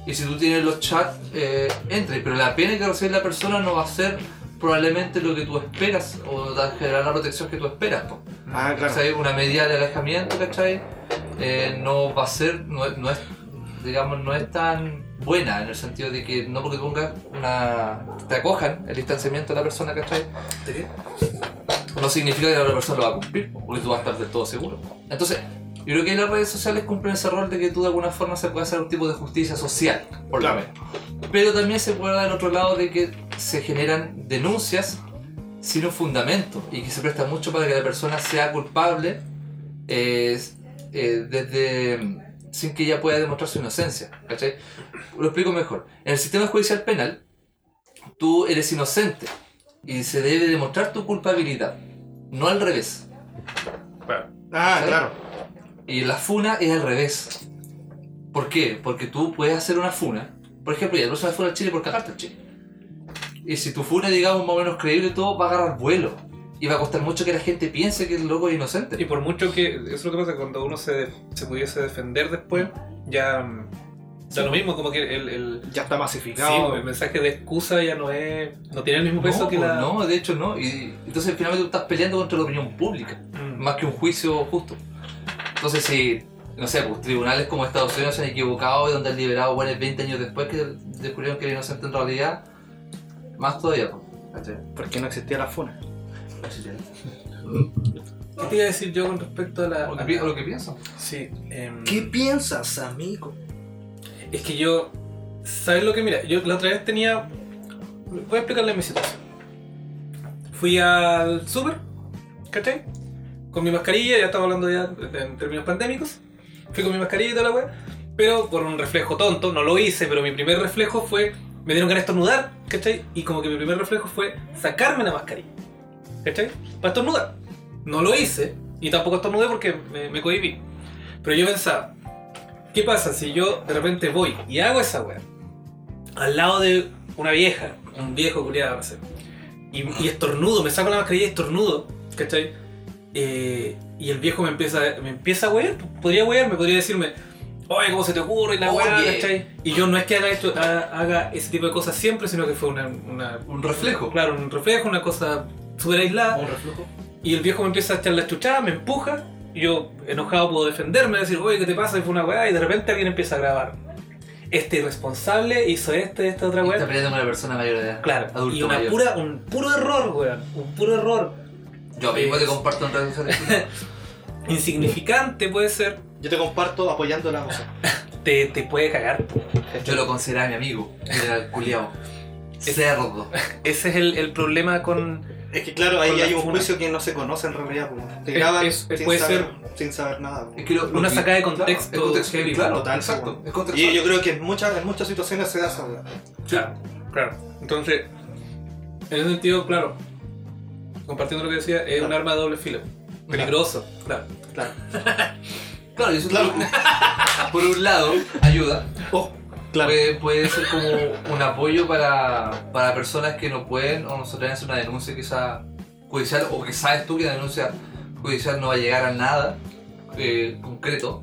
Y si tú tienes los chats, eh, entre, pero la pena que recibe la persona no va a ser probablemente lo que tú esperas o da- generar la protección que tú esperas, po.
Ah, claro.
¿cachai? Una medida de alejamiento, ¿cachai? Eh, no va a ser, no, es- no es, digamos, no es tan buena en el sentido de que no porque pongas una. te acojan el distanciamiento de la persona, ¿cachai? No significa que la otra persona lo va a cumplir, pues, porque tú vas a estar del todo seguro. Entonces, yo creo que las redes sociales cumplen ese rol de que tú de alguna forma se puede hacer un tipo de justicia social, por lo
Claro.
menos. Pero también se puede dar el otro lado de que se generan denuncias sin un fundamento y que se presta mucho para que la persona sea culpable eh, eh, desde sin que ella pueda demostrar su inocencia. ¿cachai? Lo explico mejor. En el sistema judicial penal, tú eres inocente y se debe demostrar tu culpabilidad, no al revés.
Ah,
¿Cachai?
claro.
Y la funa es al revés. ¿Por qué? Porque tú puedes hacer una funa. Por ejemplo, ya la persona funa al Chile por cagarte al Chile. Y si tu funa, digamos, más o menos creíble y todo, va a agarrar vuelo. Y va a costar mucho que la gente piense que el loco es
Y
inocente.
por mucho que. Eso es lo que pasa cuando uno se, se pudiese defender después, ya. mm, Da lo mismo, como que el. el
Ya está
sí,
masificado. eh,
el mensaje de excusa ya no es. No tiene el mismo peso
no,
que
pues,
la.
no, de hecho no. Y entonces finalmente tú estás peleando contra la opinión pública,
Mm.
más que un juicio justo. Entonces si, no sé, pues, tribunales como Estados Unidos se han equivocado y donde han liberado buenos 20 años después que descubrieron que era inocente en realidad, más todavía. pues, ¿cachai?
Porque no existía la funa.
¿Qué te iba a decir yo con respecto a la.
O
a
lo
la-
que, o lo que pienso.
Sí. em,
piensas, amigo?
Es que yo. ¿Sabes lo que mira? Yo la otra vez tenía. Voy a explicarle mi situación. Fui al super, ¿cachai? Con mi mascarilla, ya estaba hablando ya en términos pandémicos. Fui con mi mascarilla y toda la wea. Pero por un reflejo tonto, no lo hice, pero mi primer reflejo fue. Me dieron ganas de estornudar, ¿cachai? Y como que mi primer reflejo fue sacarme la mascarilla, ¿cachai? Para estornudar. No lo hice, y tampoco estornudé porque me, me cohibí. Pero yo pensaba, ¿Qué pasa si yo de repente voy y hago esa weá? Al lado de una vieja, un viejo culiado, no sé. Y, y estornudo, me saco la mascarilla y estornudo, ¿cachai? Eh, y el viejo me empieza, me empieza a wear, podría wearme, podría decirme, oye, ¿cómo se te ocurre? Y la weá,
Oye.
¿cachai? Y yo no es que haga, esto, haga, haga ese tipo de cosas siempre, sino que fue una, una-
Un reflejo.
claro, un reflejo, una cosa súper aislada.
Un reflujo.
Y el viejo me empieza a echar la chuchada, me empuja. Y yo, enojado, puedo defenderme, decir, oye, ¿qué te pasa? Y fue una weá. Y de repente alguien empieza a grabar. Este irresponsable hizo este, esta otra
Está
weá.
peleando con una persona mayor de edad.
Claro,
Adulto
y una
mayor.
pura, un puro error, weón. Un puro error.
Yo mismo te comparto en redes
*laughs*
sociales.
Insignificante puede ser.
Yo te comparto apoyando la cosa.
Te, te puede cagar.
Yo lo consideraba mi amigo. Era el culiao. Cerdo.
Ese es el, el problema con.
Es que claro, ahí
Con la
hay un
funa.
juicio que no se conoce en realidad. como Te
Es-
graban
es-
sin,
puede
saber, sin saber nada. como.
Es que lo- lo
Una
que-
sacada de
claro,
contexto
es contexto,
heavy,
claro,
total,
exacto.
como.
Es contextual.
Y yo creo que en muchas, en muchas situaciones se da esa weá.
Claro, claro. Entonces, en ese sentido, claro, compartiendo lo que decía, es un
Claro.
arma de doble filo. Peligroso, claro.
Claro.
Claro, y eso
Claro.
por un lado ayuda.
Oh, claro.
Puede, puede ser como un apoyo para, para personas que no pueden o no se atreven a hacer una denuncia quizá judicial o que sabes tú que la denuncia judicial no va a llegar a nada. eh, concreto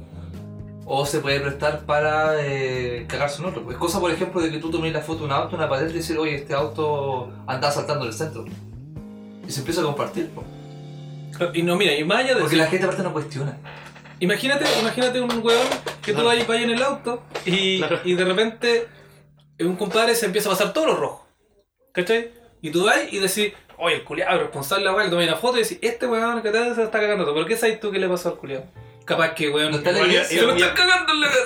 o se puede prestar para eh, cagarse un otro. Es cosa, por ejemplo, de que tú tomes la foto de un auto, una patente y decir, oye, este auto andaba saltando en el centro. Y se empieza a compartir. po.
Y no, mira, y más allá de
Porque
eso,
la gente aparte no cuestiona.
imagínate, imagínate un weón que tú
Claro.
vas vayas en el auto y,
Claro.
y de repente un compadre se empieza a pasar todo lo rojo. ¿Cachai? Y tú vas y decís, oye, el culiado, responsable la weá, que tomé una foto y decís, este weón que tal se está cagando todo. ¿Pero qué sabes tú que le pasó al culiado? Capaz que weón.
No está la
Oye,
evidencia.
se lo
y-
están cagando en la casa.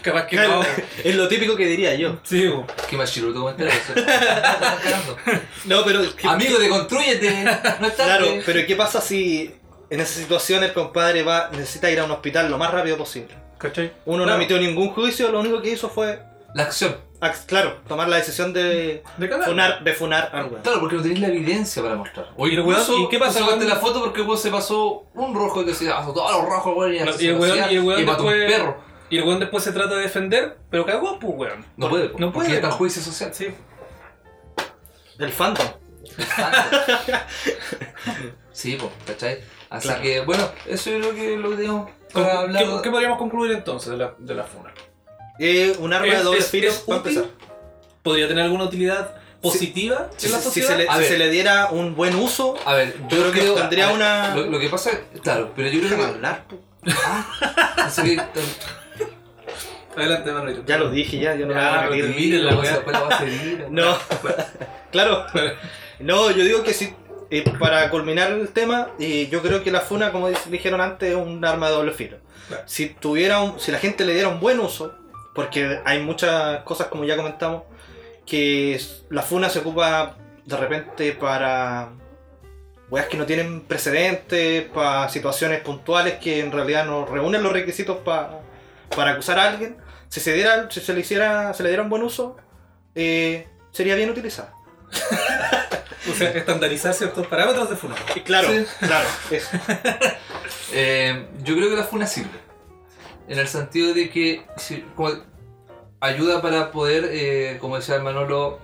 Capaz que
Claro,
no.
es lo típico que diría yo.
Sí, weón.
Qué más chiruto *laughs* comentario. se- se están cagando.
No, pero.
Amigo, deconstrúyete. No es
Claro,
tarde.
pero ¿qué pasa si en esa situación el compadre va necesita ir a un hospital lo más rápido posible?
¿Cachai?
Uno no
Claro.
emitió ningún juicio, lo único que hizo fue,
La acción.
ac- claro, tomar la decisión de
De cagar.
funar, de funar al weón.
Claro, porque no tenéis la evidencia para mostrar.
Oye, el weón, ¿y qué pasa
tú sacaste
cuando-
la foto porque el weón se pasó un rojo y te decía, pasó todos los rojos, weón, y,
No,
así
y el
lo
weón-
hacía,
y el weón
y mató un
después-
perro.
Y el weón después se trata de defender, pero cagó, pues weón.
No puede, po,
No
porque
puede,
está en
po.
juicio social.
Sí.
El fandom.
Sí, pues, ¿cachai? Así
Claro.
que, bueno, eso es lo que, lo que tenemos para hablar.
¿Qué, qué podríamos concluir entonces de la, de la funa?
Eh, un arma de
¿Es-
doble
es-
filo
es
para
útil?
empezar.
¿Podría tener alguna utilidad positiva
Si,
en la
si- si
sociedad?
se le,
A
si
ver.
se le diera un buen uso,
A ver, yo,
creo que
creo-
tendría
a ver,
una-
Lo, lo que pasa es, claro, pero yo creo
déjame
que.
hablar. po.
Ah,
*laughs*
así que, eh,
Adelante, Manuelito.
Ya lo dije, ya, yo no
Ya,
la voy a
pero
repetir.
termina la
después
weá.
después la va
*laughs*
a seguir.
No, claro. No, yo digo que sí. eh, para culminar el tema, eh, yo creo que la funa, como di- dijeron antes, es un arma de doble filo.
Claro.
Si tuviera, un- si la gente le diera un buen uso, porque hay muchas cosas como ya comentamos, que s- la funa se ocupa de repente para weas que no tienen precedentes, para situaciones puntuales que en realidad no reúnen los requisitos pa- para acusar a alguien. Si se diera, si se le hiciera, se le diera un buen uso, eh, sería bien utilizada.
O sea, estandarizar ciertos parámetros de funa.
Y Eh, Claro,
Sí.
claro, eso.
Eh, yo creo que la funa sirve. En el sentido de que si- como- ayuda para poder, eh, como decía el Manolo,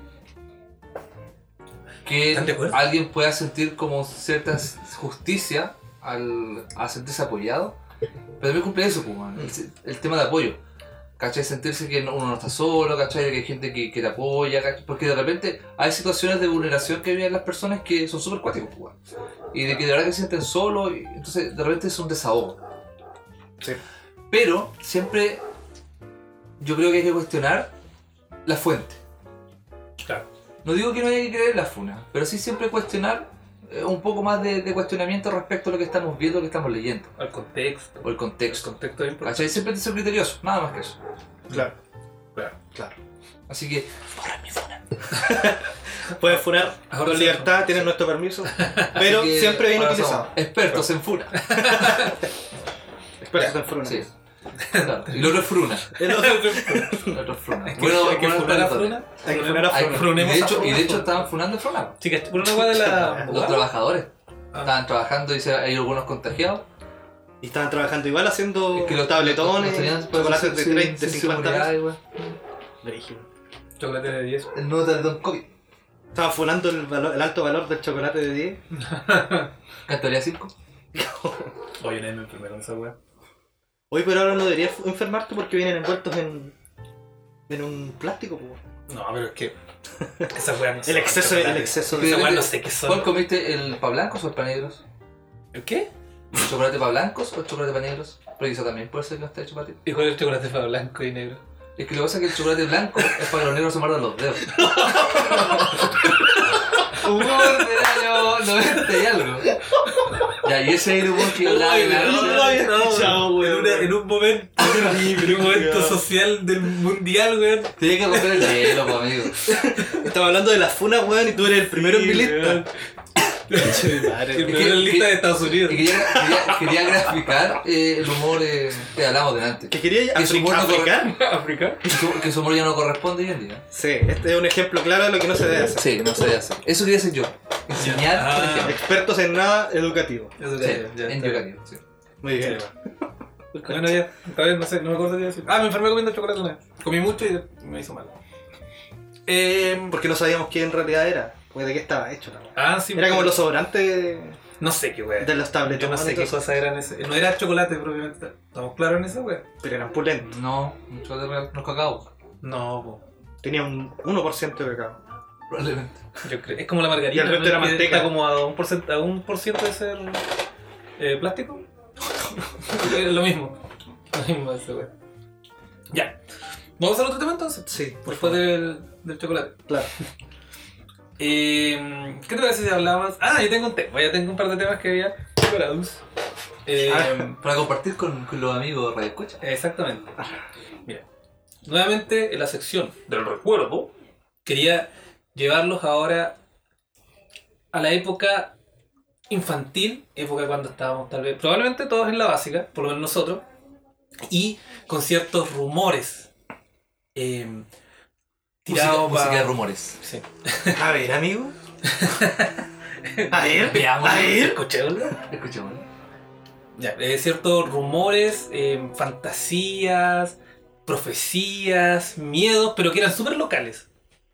que
¿Están de acuerdo?
alguien pueda sentir como cierta s- justicia al a sentirse apoyado. Pero también cumple eso, pues, man, el, se- el tema de apoyo. ¿Cachai? Sentirse que no- uno no está solo, ¿cachai? Que hay gente que, que te apoya, ¿cachai? Porque de repente hay situaciones de vulneración que viven las personas que son súper cuáticos, pues, man. Y de que de verdad que se sienten solos, y entonces de repente es un desahogo.
Sí.
Pero siempre yo creo que hay que cuestionar la fuente.
Claro.
No digo que no hay que creer en la funa, pero sí siempre cuestionar eh, un poco más de, de cuestionamiento respecto a lo que estamos viendo, lo que estamos leyendo,
Al contexto.
o el
El
contexto.
contexto es importante.
¿Cachai? Siempre ser criterioso, nada más que eso.
Claro. *laughs*
Claro.
Así que,
Pueden funar
Ahora
con
sí,
libertad, tienen nuestro permiso, pero
*laughs* así que
siempre bien
ahora
utilizado.
somos Expertos en funa.
Expertos en funar.
Sí. Claro. Y lo otro es fruna.
El otro-
Lo otro es
*laughs*
fruna.
Hay que-
Bueno,
hay que
bueno,
funar a
tanto.
fruna.
Hay que funar a
Hay-
fruna.
y,
Frunemos
de
a
hecho, y de
fruna.
hecho estaban funando fruna.
Sí, que por una weá de la.
Los trabajadores.
Ah.
Estaban trabajando y se, hay algunos contagiados.
Y estaban trabajando igual haciendo
Es que los
tabletones,
los tenían, pues,
chocolates de,
sin-
30, de
sin
50
seguridad,
pesos.
igual.
Brígido.
Chocolate de 10.
El nuevo Don COVID.
Estaba funando el, valor- el alto valor del chocolate de 10.
Categoría 5.
Oye, nadie me enfermé con esa weá.
Hoy pero ahora no deberías fu- enfermarte porque vienen envueltos en, en un plástico. po.
No, pero es que. Esa weá no
El
sabe
exceso, el
chocolate.
exceso.
Sí.
De...
Esa weá no sé qué
¿Cuál
son.
comiste? ¿El pa' blancos o el pa' negros?
¿El qué?
¿El chocolate pa' blancos o el chocolate pa' negros? Porque eso también puede ser que no esté hecho para ti.
¿Y cuál es el chocolate para blanco y negro?
Es que lo que pasa es que el chocolate blanco es para que los negros se muerdan los dedos. Humor del año 90 y algo. Ya, y ese grupo que hablaba de la-
no lo había escuchado,
en,
weón.
una- en un momento, en un momento social del mundial, weón.
Tiene que romper el hielo, pues, amigo.
Estaba hablando de las funas, weón, y tú eres el primero en mi
Sí,
lista.
weón. El primero en
que-
lista de Estados Unidos.
Y quería, quería, quería graficar eh, el humor eh, que hablamos delante.
¿Qué quería
Que su
Afri-
humor no corre-
africar?
África.
Que su- que su humor ya no corresponde hoy en día.
Sí, este es un ejemplo claro de lo que no se debe hacer.
Sí, no sé hacer. Eso quería hacer yo. Enseñar,
Ya.
por
Ah.
ejemplo.
Expertos en nada educativo.
Eso
Sí,
ya, ya
en
está bien. Pues,
Yucatán. Sí.
Muy bien.
Bueno, ya, está bien, no sé, no me acuerdo qué decir. Ah, me enfermé comiendo chocolate una vez. Comí mucho y me hizo mal. Eh,
Porque no sabíamos qué en realidad era, porque pues, de qué estaba hecho. la weá.
Ah, sí.
Era como
porque-
los sobrantes.
No sé qué wea.
de los
Yo no
tabletones.
sé qué cosas eran esas. No era chocolate propiamente tal. ¿Estamos claros en eso, wea?
Pero eran pulentos.
No, un chocolate real no es cacao.
No, po.
Tenía un 1% de cacao.
Probablemente.
Yo creo. Es como la margarina.
Y el resto
¿no?
era
Que
manteca.
Está como a un, porcent- a un por ciento de ser eh,
*laughs*
plástico. Es lo mismo. Lo mismo ese güey. Ya. Vamos al otro tema entonces.
Sí, por
Después
favor.
del, del chocolate.
Claro.
Eh, ¿Qué te parece si hablamos? Ah, yo tengo un tema. Ya tengo un par de temas que había preparados. Eh,
Ah, para compartir con, con los amigos Radio Escucha.
Exactamente. Mira, nuevamente en la sección del recuerdo, quería llevarlos ahora a la época infantil, época cuando estábamos tal vez, probablemente todos en la básica, por lo menos nosotros, y con ciertos rumores. eh,
Música,
tirado
música de
para...
rumores.
Sí.
*laughs* A ver, amigo. *laughs* A ver,
Veamos.
a ver.
Escuchémoslo.
Escuchemos.
Ya, eh, ciertos rumores, eh, fantasías, profecías, miedos, pero que eran súper locales.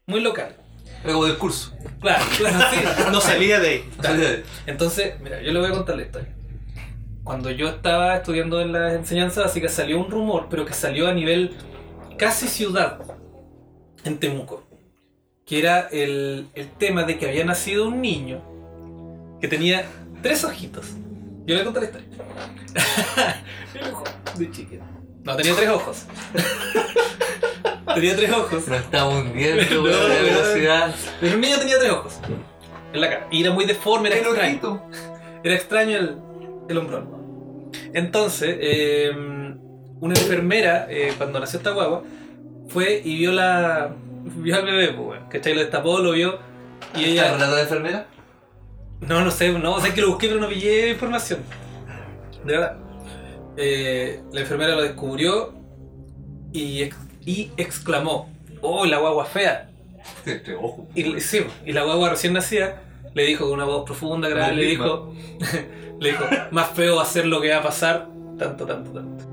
Muy locales.
Era como del curso.
Claro, claro, sí.
No salía de ahí.
Dale.
Entonces, mira, yo le voy a contar la historia. Cuando yo estaba estudiando en las enseñanzas básicas, salió un rumor, pero que salió a nivel casi ciudad en Temuco. Que era el, el tema de que había nacido un niño que tenía tres ojitos. Yo le voy a contar la historia. el ojo de chiquito. No, tenía tres ojos. *laughs* tenía tres ojos.
Nos estamos hundiendo,
*laughs* No,
weón, de
weón.
velocidad.
Pero el niño tenía tres ojos. En la cara. Y era muy deforme, era
El
extraño.
ojito.
Era extraño el, el hombrón. Entonces, eh, una enfermera, eh, cuando nació esta guagua, fue y vio la. *laughs* vio al bebé, pues, weón, ¿cachai? Lo destapó, lo vio.
¿Está
Y
el
ella.
relato de enfermera?
No, no sé, no, o sea que lo busqué, pero no pillé información. De verdad. Eh, la enfermera lo descubrió y, ex- y exclamó: ¡Oh, la guagua fea!
Sí, sí, ojo.
Y, le- sí, y la guagua recién nacida le dijo con una voz profunda, grave,
Del
le
Big
dijo, *laughs* le dijo, más feo va a ser lo que va a pasar, tanto, tanto, tanto.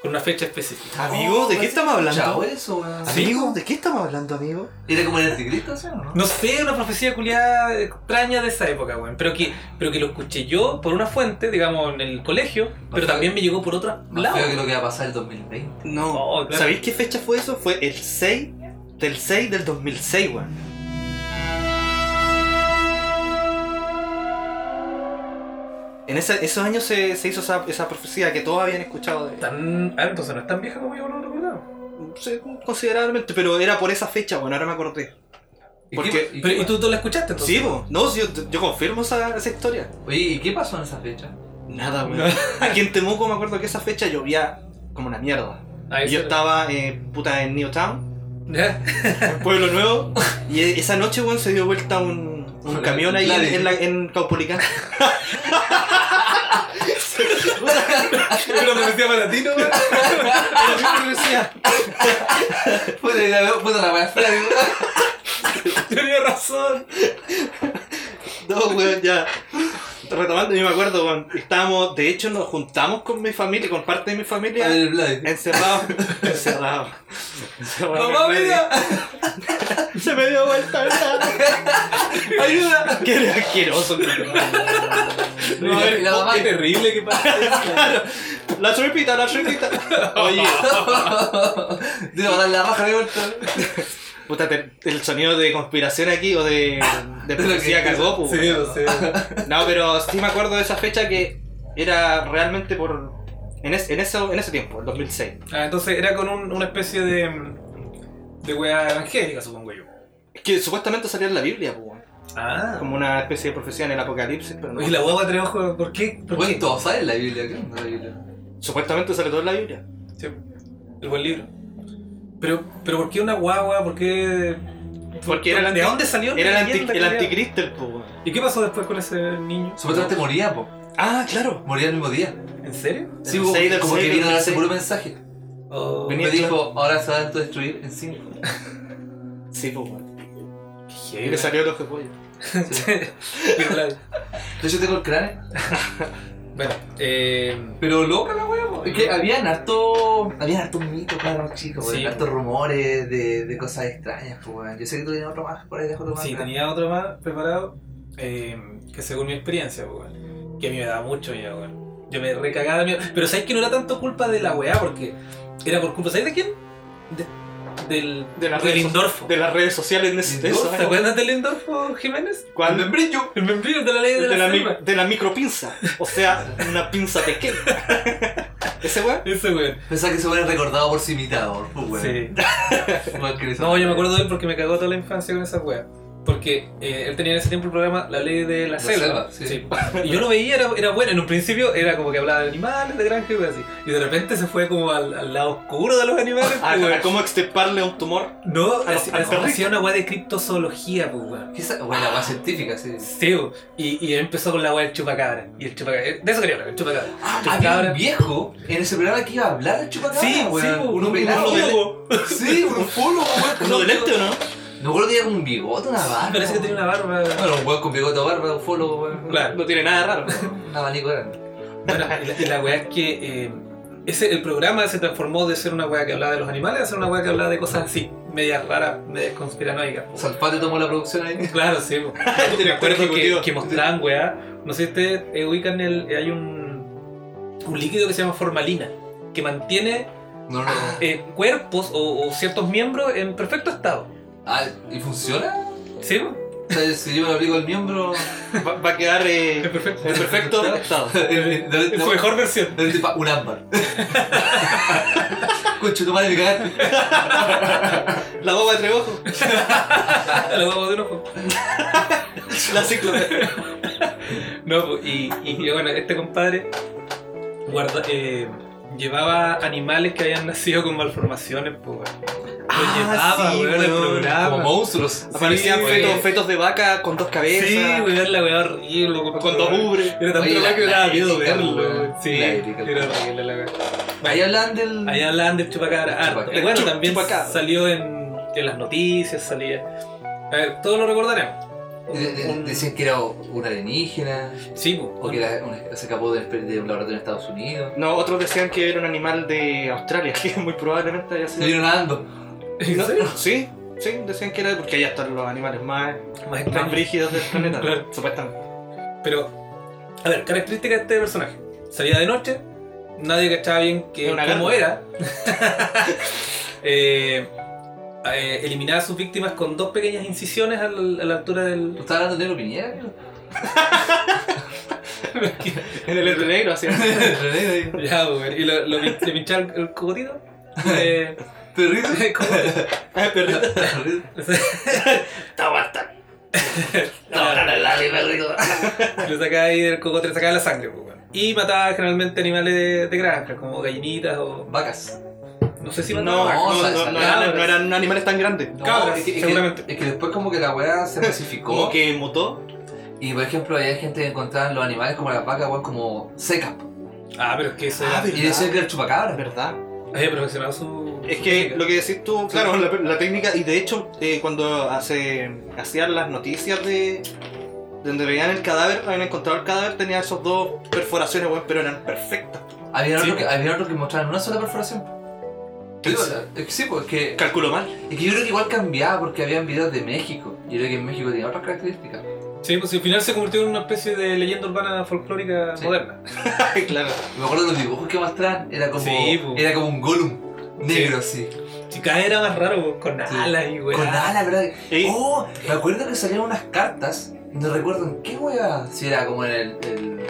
Con una fecha específica.
Amigo, ¿de qué estamos
Oh, Chao
hablando?
eso, weón.
Amigo, ¿de qué estamos hablando, amigo?
¿Era como el anticristo, sí o no?
No sé, una profecía culiada extraña de esa época, weón. Pero que, pero que lo escuché yo por una fuente, digamos, en el colegio, pero
feo.
también me llegó por otra
Más
lado.
feo que lo que va a pasar el 2020.
No.
Oh, claro.
¿Sabéis qué fecha fue eso? Fue el 6 del 6 del 2006, weón. En esa- esos años se, se hizo esa, esa profecía que todos habían escuchado de
Tan, ah, entonces no es tan vieja como yo no lo recordaba.
Sí, considerablemente, pero era por esa fecha, bueno, ahora me acordé.
¿Y
Porque-
qué- y
Pero,
qué-
¿Y tú, tú la escuchaste entonces?
Sí, po. no, sí, yo, yo confirmo esa, esa historia.
Oye, ¿y qué pasó en esa fecha?
Nada, weón. *laughs* Aquí en Temuco me acuerdo que esa fecha llovía como una mierda.
Ahí
Y yo
se-
estaba, eh, puta, en Newtown,
Ya.
en Pueblo Nuevo. Y e- esa noche, weón, se dio vuelta un, un
Hola,
camión ahí en,
Gladys.
en, la- en Caupolicán. *laughs*
Pero me decía para ti, ¿no?
Pero yo creo que decía,
*laughs* Puta la- puta la wea fea, *laughs* weón.
Tenía razón.
No, weón, ya. Retomando, yo me acuerdo, weón. Estábamos, de hecho, nos juntamos con mi familia, con parte de mi
A ver,
familia.
el Vlad.
*laughs* Encerrados. Encerrados. Encerrados.
Mamá, mira.
*laughs* Se me dio vuelta, ¿verdad?
¡Ayuda!
*laughs* Qué asqueroso,
No, a ver,
la mamá.
qué terrible que *laughs* pasa.
La chupita, la chupita. Oye,
Te iba a dar la raja de vuelta.
puta, te- el sonido de conspiración aquí o de. *laughs* de
que-
profecía cagó, pues,
Sí, lo sé.
No, pero sí me acuerdo de esa fecha que era realmente por. En, es- en, eso, en ese tiempo, el 2006.
Ah, entonces era con un- una especie de. mm, de wea evangélica, supongo yo.
Es que supuestamente salía en la Biblia, pues, weón.
Ah.
como una especie de profecía en el apocalipsis, pero no.
Y la guagua tres ojos, ¿por qué? ¿Por
Bueno,
qué?
todos saben la Biblia, ¿qué onda la Biblia?
Supuestamente sale todo en la Biblia.
Sí, el buen libro. Pero, pero ¿por qué una guagua? ¿Por qué.?
Porque era el
¿De
anti-
dónde salió?
Era el,
la
anti-
leyenda
el
culiada?
anticristo, el po, weón.
¿Y qué pasó después con ese niño?
Supuestamente moría, po.
Ah, claro.
Moría el mismo día.
¿En serio?
Sí,
El
po,
seis del
como que
seis,
vino a darse
seis.
puro mensaje.
Oh,
Venía-
Me dijo, ahora se va a autodestruir en 5.
Sí, pues, weón.
qué
Y le salió el ojo de pollo.
heavy.
De hecho tengo el cráneo.
Bueno, eh,
Pero loca la wea, po. No, es que habían harto, habían harto mitos para los chicos,
Sí.
weón, hartos rumores de, de cosas extrañas, pues, weón. Yo sé que tú tenías otro más por ahí, dejo otro más.
Sí,
atrás.
tenía otro más preparado eh, que según mi experiencia, pues, weón, que a mí me daba mucho miedo, weón. Yo me recagaba de miedo. Pero sabes que no era tanto culpa de la weá, porque era por culpa, ¿sabes de quién? De- del
De las
del
redes
Lindorfo.
De las redes sociales de ese- de
¿Vos
eso, eh.
¿Te acuerdas del Lindorfo Jiménez?
Cuando en brillo.
El membrillo de la ley de,
De
la,
la, mi-
selva.
de la micropinza. O sea, una pinza pequeña. *laughs* ¿Ese weón?
Ese weón.
Pensaba que se hubiera recordado por su imitador, pues, weón.
Sí.
Igual que eso.
No, yo me acuerdo de él porque me cagó toda la infancia con esa wea. Porque eh, él tenía en ese tiempo el programa La Ley de la,
La
Selva.
Selva, sí.
Y yo lo veía, era, era bueno. En un principio era como que hablaba de animales, de granja y cosas así. Y de repente se fue como al, al lado oscuro de los animales.
A,
pues,
a
weón.
Ah, cómo extirparle un tumor.
No,
al-
hacía,
al
hacía
perrito.
una wea de criptozoología, pues weón.
¿Qué esa- Bueno, la más científica, sí.
Sí, weón. y, y empezó con la wea del chupacabra. Y el chupacabra. eh, De eso quería hablar, el chupacabra.
Ah, había
Chupacabra.
un viejo en ese programa que iba a hablar de chupacabra,
Ah,
Sí, sí,
weón.
un-
uno
un
pelado.
biólogo.
Sí, un ufólogo,
*laughs*
weón.
¿Uno de lente o no?
Me acuerdo que era un bigote, una barba.
Parece Ah, que tenía una barba.
Bueno, un weón con bigote o barba, ufólogo, weón.
Claro.
No tiene nada raro.
Un abanico grande.
Bueno, y la, y la weá es que eh, ese, el programa se transformó de ser una weá que hablaba de los animales a ser una weá que hablaba de cosas así, medias raras, medias conspiranoicas. po.
Salfate tomó la producción ahí.
Claro, sí. po.
Director
Me acuerdo que,
ejecutivo.
que mostraban weá. No sé si ustedes eh, ubican el. Hay un, un líquido que se llama formalina que mantiene
No, no.
*laughs* eh, cuerpos o, o ciertos miembros en perfecto estado.
Ah, ¿y funciona?
¿Sí? po?
O sea, si yo me lo aplico al
*laughs*
miembro.
Va, va a quedar eh,
En
en *laughs*
perfecto.
perfecto estado.
el- el-
En su mejor versión. *laughs*
El tipo, un ámbar. Concho, tu madre me cagaste.
La boba de Trevojo.
Lo hago de un ojo.
La ciclo.
No, pues, y, y, y bueno, este compadre guarda- eh, llevaba animales que habían nacido con malformaciones, pues, weón. Los
Ah,
llevaba,
sí,
weón, al
weón.
Como
programa.
monstruos.
Aparecían
Sí,
fetos,
güey.
fetos de vaca con dos cabezas.
Sí, weón, la weá horrible, compadre.
Con dos ubres.
Era tan
Oye,
problema
la-
que me daba
la
miedo
ética,
verlo,
weón.
weón. Sí,
La ética,
era horrible la weá.
Ahí hablan del.
Ahí hablaban del chupacabra. harto.
Chupacabra.
Y bueno,
Chup-
también
chupacabra.
salió en, en las noticias, salía. A ver, todos lo recordaremos.
de- de-
Un-
Decían que era un alienígena.
Sí, pues,
O que
*laughs*
era un- se escapó de, de un laboratorio en Estados Unidos.
No, otros decían que era un animal de Australia, *laughs* que muy probablemente haya
Se
sido.
vieron nadando.
¿En serio?
Sí, sí, decían que era porque allá están los animales más,
Más
más
extraño.
brígidos del planeta.
Claro.
Supuestamente.
Pero, a ver, características de este personaje. Salía de noche, nadie cachaba bien que,
Una
cómo
garra.
era. *laughs* Eh, eh, eliminaba a sus víctimas con dos pequeñas incisiones al- a la altura
¿Tú
del... *laughs*
estás hablando de Nero Piñera?
En el Ah, entre negro, *laughs* así.
¿Te
Ya, güey, y lo, lo pin- le pinchaba el, el cogotito. *laughs* Eh,
ríes?
*laughs* ¿cómo?
Ah, perrito.
¿Te ríes?
Tabata.
No, no, no, dale, perrito.
Le sacaba ahí del cogote, le sacaba la sangre, pues, güey. Y mataba generalmente animales de, de granja, como gallinitas o...
Vacas.
No sé si
No,
mataba...
no,
no,
no,
no,
no
no
eran,
eran-
no eran animales tan grandes.
No,
Cabras,
es que- es que-
seguramente.
Es que después, como que la weá se pacificó.
Como que mutó.
Y por ejemplo, había gente que encontraban los animales como las vacas, weón, como secas. po.
Ah, pero es que eso
Ah,
era...
¿verdad?
Y decían que era el chupacabra.
¿Verdad?
Había perfeccionado su...
Es
su
que
técnica.
lo que decís tú, claro, la, la técnica, y de hecho, eh, cuando hace, hacían las noticias de de donde veían el cadáver, habían encontrado el cadáver, tenía esos dos perforaciones, weón, pero eran perfectas.
Había
Sí,
otros
po.
que, había otros que mostraban una sola perforación.
Sí,
Digo,
sí.
la- es que sí, porque
Calculo mal. *laughs*
es que yo creo que igual cambiaba porque habían videos de México. Y yo creo que en México tenía otras características.
Sí, pues al final se convirtió en una especie de leyenda urbana folclórica
Sí.
moderna.
claro.
Me acuerdo de los dibujos que mostraban, era como,
Sí, po.
era como un Gollum negro así.
Si cada era más raro, pues, con
Sí.
alas y weá.
Con
*laughs*
nada, la verdad.
Y-
Oh, me acuerdo que salieron unas cartas. No recuerdo en qué hueá. Si era como en el. el-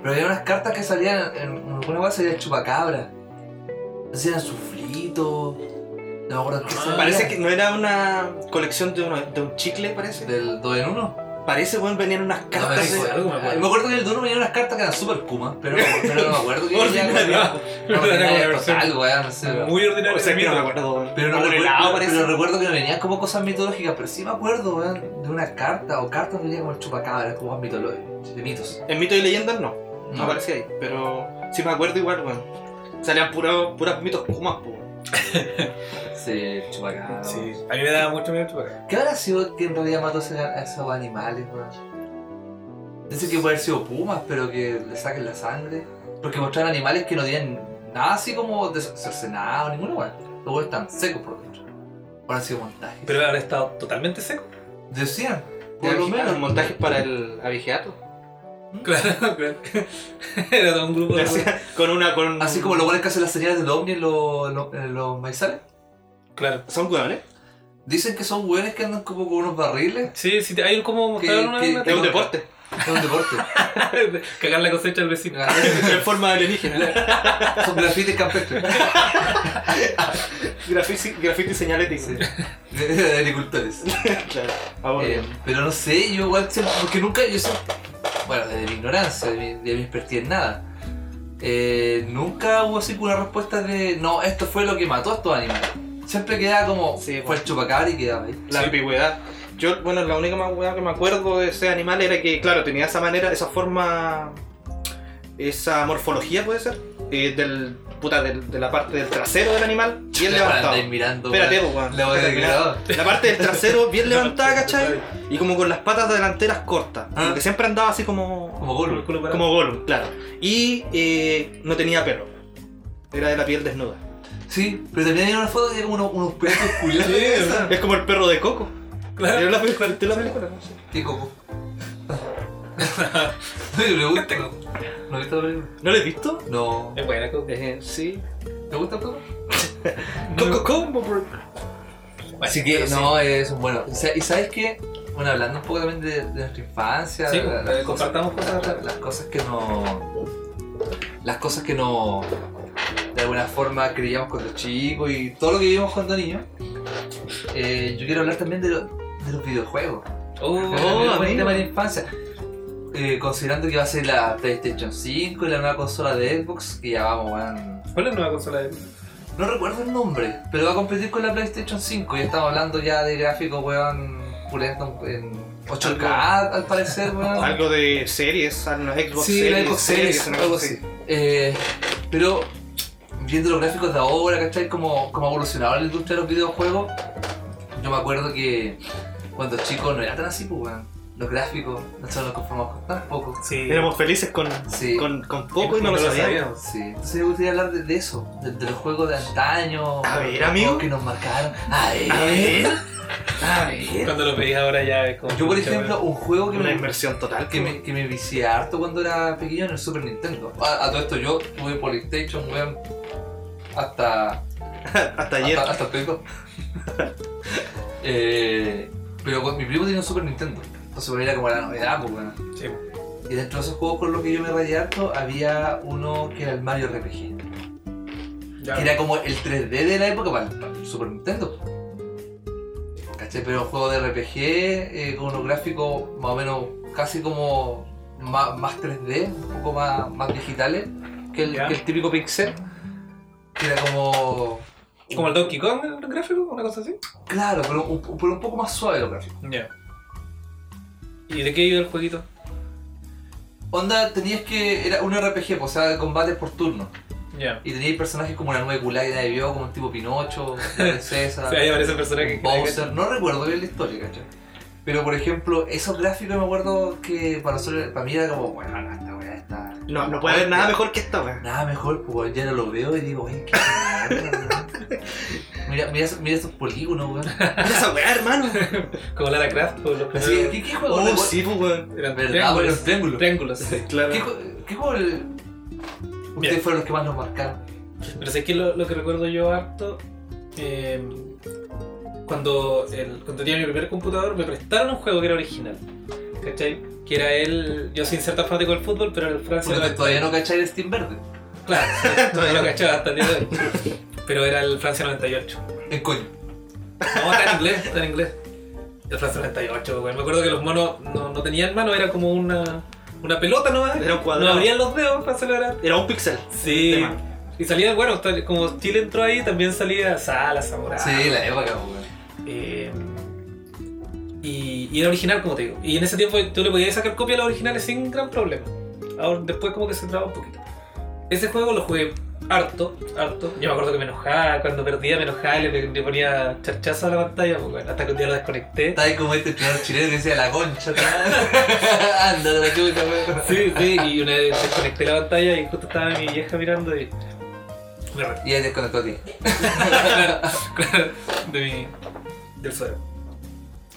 Pero había unas cartas que salían. En alguna hueá salía el chupacabra. Hacían suflito. No me acuerdo en qué
Ah.
salía.
Parece que no era una colección de, uno- de un chicle, parece.
Del 2 en 1.
Parece, weón, venían unas cartas
sí,
de...
algo me
me
acuerdo.
acuerdo que en el 2 venían unas cartas que eran super kuma. Pero, pero no me
*laughs*
acuerdo que venía
Ordinaria.
No,
Era una versión
total, weá, no sé.
Muy ordinaria.
O sea, que no me
mito.
acuerdo, weón.
Pero no,
Como un
recuerdo,
helado,
pero
parece.
recuerdo que no venían como cosas mitológicas, pero sí me acuerdo weón, de una carta o cartas que venía como el chupacabra, como mitológico, de mitos.
En mitos y leyendas no, no,
Ah,
No.
aparecía ahí. Pero sí me acuerdo igual, weón. Salían puros puras mitos kumas, po, weón.
Sí, el chupacabra.
Sí, a mí me daba mucho miedo el chupacabra.
¿Qué habrá sido que en realidad mató a ese- a esos animales, weón? Dicen que puede haber sido pumas, pero que le saquen la sangre. Porque mostraron animales que no tenían nada así como des- cercenado, ninguna weá. Los huevos están secos por dentro. Ahora han sido montajes.
Pero habrá estado
*laughs*
totalmente seco.
Decían, por lo menos.
Los montajes para el abigeato.
Claro, claro. *laughs* Era todo un grupo de.
con una. Con...
Así como los buenos que hacen las señales del ovni en los, en los- en los maizales.
Claro.
Son hueones.
Dicen que son buenos que andan como con unos barriles.
Sí, sí, te- hay como
Que-
mostraron una.
que-
una
Es un
que-
deporte.
Es un deporte. *laughs*
*laughs* Cagar la cosecha del vecino.
en forma alienígena.
Son grafites campestres.
Graffiti, graffiti señales dice.
De, de agricultores.
claro. Vamos.
Eh, pero no sé, yo igual siempre, porque nunca yo soy, bueno, desde mi ignorancia, de mi, de mi expertía en nada, eh, nunca hubo así como una respuesta de, no, esto fue lo que mató a estos animales. Siempre quedaba como,
Sí,
fue
bueno.
el chupacabra y quedaba ahí.
La
Sí.
ambigüedad. Yo, bueno, la única más hueá que me acuerdo de ese animal era que, claro, tenía esa manera, esa forma, esa morfología, puede ser, eh, del, puta, del- de la parte del trasero del animal, bien
Ahora
levantado.
andáis mirando,
Espérate,
weón.
pues, weón.
La voy a
Espérate,
declarar.
mira. La parte del trasero bien levantada, ¿cachai? Y como con las patas delanteras cortas.
Ah.
Porque siempre andaba así como.
Como
Con el
Gollum.
culo parado.
Como Gollum, claro. Y eh, no tenía pelo. Era de la piel desnuda.
Sí, pero también hay una foto que tiene como unos, unos pedazos culiados.
Sí,
Es como el perro de
*laughs*
Coco.
Claro.
Era la película, de la película, no sé.
¿Qué *laughs* coco? no, yo le gusta. ¿No he visto la película?
¿No lo he visto?
No.
Es buena, como que-
Eh,
sí.
¿Te gusta el coco?
Coco Combo, bro.
Así que Eh, no, es un bueno. O sea, y sabes que, bueno, hablando un poco también de, de nuestra infancia,
Sí,
la-
eh, compartamos
cosas,
cosas.
la- las cosas que no. Las cosas que no. De alguna forma creíamos cuando chicos y todo lo que vivimos cuando niños. Eh, yo quiero hablar también de, lo- de los videojuegos.
Oh,
También fue un
amigo.
tema de la infancia. Eh, considerando que va a ser la PlayStation 5 y la nueva consola de Xbox, que ya vamos, weón.
¿Cuál es la nueva consola de.?
No recuerdo el nombre, pero va a competir con la PlayStation 5 y estamos hablando ya de gráficos, weón, pulento en 8K al parecer, weón.
Ah. Algo de series, algunos Xbox
Sí,
series.
la Xbox Series,
una
algo
cosa
así. Eh, pero viendo los gráficos de ahora, ¿cachai? Como, como ha evolucionado la industria de los videojuegos, yo me acuerdo que cuando chico no era tan así, pues, weón. Los gráficos, nosotros nos conformamos con tan poco.
Sí.
Éramos felices con,
Sí.
con, con poco y no lo sabíamos.
Sí, entonces me gustaría hablar de, de eso, de, de los juegos de antaño,
A ver,
los
amigo.
juegos que nos marcaron. A ver,
A ver.
a ver.
Cuando lo pedís ahora ya es como.
Yo, por ejemplo, un juego que
Una
me,
inmersión total.
que, me, que me vicié harto cuando era pequeño en el Super Nintendo. A, a todo esto yo tuve PlayStation, weón, hasta,
Hasta ayer.
hasta, hasta el Play 2. *laughs* eh, pero con- mi primo tenía un Super Nintendo, entonces para mí era como la novedad, pues, weón.
Sí.
Y dentro de esos juegos con los que yo me rayé harto, había uno que era el Mario RPG.
Ya.
Que era como el 3D de la época para el, para el Super Nintendo. ¿Cachai? Pero un juego de RPG eh, con unos gráficos más o menos casi como ma- más, 3D, un poco más, más digitales que el,
Ya.
que el típico pixel. Que era como.
Como el Donkey Kong, el gráfico, una cosa así.
Claro, pero un, pero un poco más suave los gráficos.
Ya. ¿Y de qué iba el jueguito?
Onda, tenías que. Era un RPG, pues, o sea, combates por turno.
Ya.
Y tenías personajes como la nueva culada que nadie vio, como un tipo
*laughs*
Pinocho, la
O
princesa.
sea, ahí aparece el personaje que.
Bowser, no recuerdo bien la historia, ¿cachai? Pero por ejemplo, esos gráficos me acuerdo que para, nosotros- para mí era como, bueno, no, esta weá está.
No, no puede haber nada mejor que esta,
*laughs*
weón.
Nada mejor, pues ya no lo veo y digo, oye, qué mierda, weón". mira, mira, esos- mira estos polígonos, weón.
Mira esa weá, hermano.
Como Lara Croft, o
Así
los
que,
primeros.
¿qué, qué juego?
Oh,
recuerdo?
sí, pues, weón.
Eran
¿Verdad? Bueno, los
triángulos.
triángulos.
Triángulos, *laughs* sí.
Claro.
¿Qué, jue- qué juego? el- Ustedes
Bien.
fueron los que más nos marcaron.
Pero sé que lo, lo que recuerdo yo harto, eh, cuando, el, cuando tenía mi primer computador, me prestaron un juego que era original. ¿Cachai? Que era el. Yo soy cierta fanático del fútbol, pero el Francia.
Porque todavía no cachai el Steam Verde.
Claro,
*laughs*
todavía no cachaba hasta el día de hoy. Pero era el Francia 98.
En coño.
No, está en inglés, está en inglés. El Francia 98, güey. Me acuerdo que los monos no, no tenían mano, era como una, una pelota nomás.
Era un
No
cuadrado.
abrían los dedos para celebrar.
Era un pixel.
Sí.
Tema.
Y salía, bueno, tal- como Chile entró ahí, también salía Sala, Zamora.
Ah. Sí, la época, pues, weón.
Eh, y, y era original, como te digo. Y en ese tiempo tú le podías sacar copia a los originales sin gran problema. Ahora, después como que se traba un poquito. Ese juego lo jugué harto, harto. Yo me acuerdo que me enojaba, cuando perdía me enojaba y le, pe- le ponía charchazo a la pantalla, pues, bueno, hasta que un día lo desconecté.
Estaba ahí como este entrenador chileno que decía la concha, *laughs* Anda, la chucha, weón.
Sí, sí, y una vez desconecté la pantalla y justo estaba mi vieja mirando y... Claro,
Y ahí desconectó a ti.
claro, *laughs* de mi, del suero.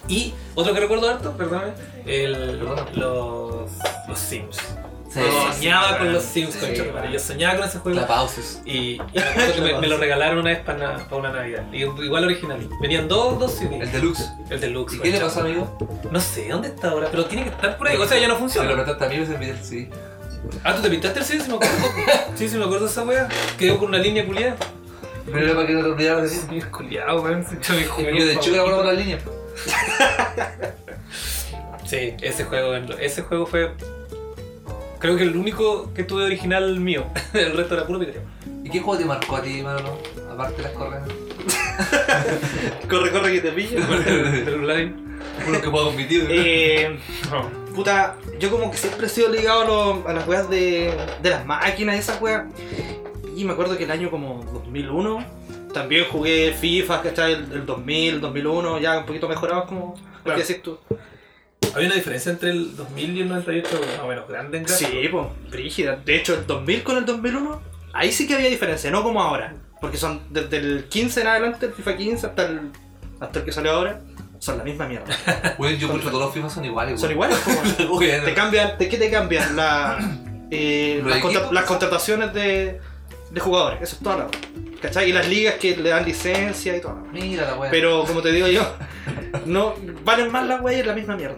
Y otro que recuerdo harto, perdóname, el,
Perdóname.
los, los Sims.
Sí.
Yo soñaba
sí,
con los
sí.
Sims, concha
Sí.
tu madre. Yo soñaba con ese juego.
La pauses.
Y, y me acuerdo que me,
*laughs*
me lo regalaron una vez para, na- para una Navidad. Y igual original. Venían dos, dos
El
CDs.
deluxe.
El deluxe.
¿Y qué le
concha
pasó,
tu madre.
amigo?
No sé dónde está ahora, pero tiene que estar por ahí. O sea, ya
Se
no
lo
funciona.
contaste a mí, se envió el CD.
Ah, ¿tú te pintaste el CD? Sí, me acuerdo.
*laughs*
Sí, sí, me acuerdo de esa wea. Quedó con una línea culiada. *laughs*
Pero era para que no te olvidaras de mí.
Sí, es culiado, weón. Se echó mi juego.
Yo de hecho grababa
favorito.
la línea.
Sí, ese juego, ese juego fue. Creo que el único que tuve original mío. *laughs* El resto era puro *laughs* piterío.
¿Y qué juego te marcó a ti, Manolo? Aparte de las correas.
Corre, corre que te pillo.
Del online.
*laughs* Uno que puedo competir.
Eh, puta, yo como que siempre he sido ligado a, los- a las weas de, de las máquinas, esas weas. Y me acuerdo que el año como 2001 también jugué FIFA, ¿cachai? El, el 2000, 2001, ya un poquito mejorados como lo
Claro.
que decís tú.
Había una diferencia entre el 2000 y el 98, más o menos grande en gráfico.
Sí, pues, brígida. De hecho, el 2000 con el 2001, ahí sí que había diferencia, no como ahora. Porque son desde el 15 en adelante, el FIFA 15 hasta el, hasta el que salió ahora, son la misma mierda.
Güey, yo mucho todos los FIFA son iguales,
Son
güey.
iguales, pues, po.
*laughs* Bueno.
Te cambian, ¿De qué te cambian?
*clears throat*
La, eh,
¿Los
las, contra-
equipos?
las contrataciones de, de jugadores, eso es todo. la- ¿Cachai? Y las ligas que le dan licencia y todo. la-
Mira la wea.
Pero como te digo
*laughs*
yo, no valen más las weas y es la misma mierda.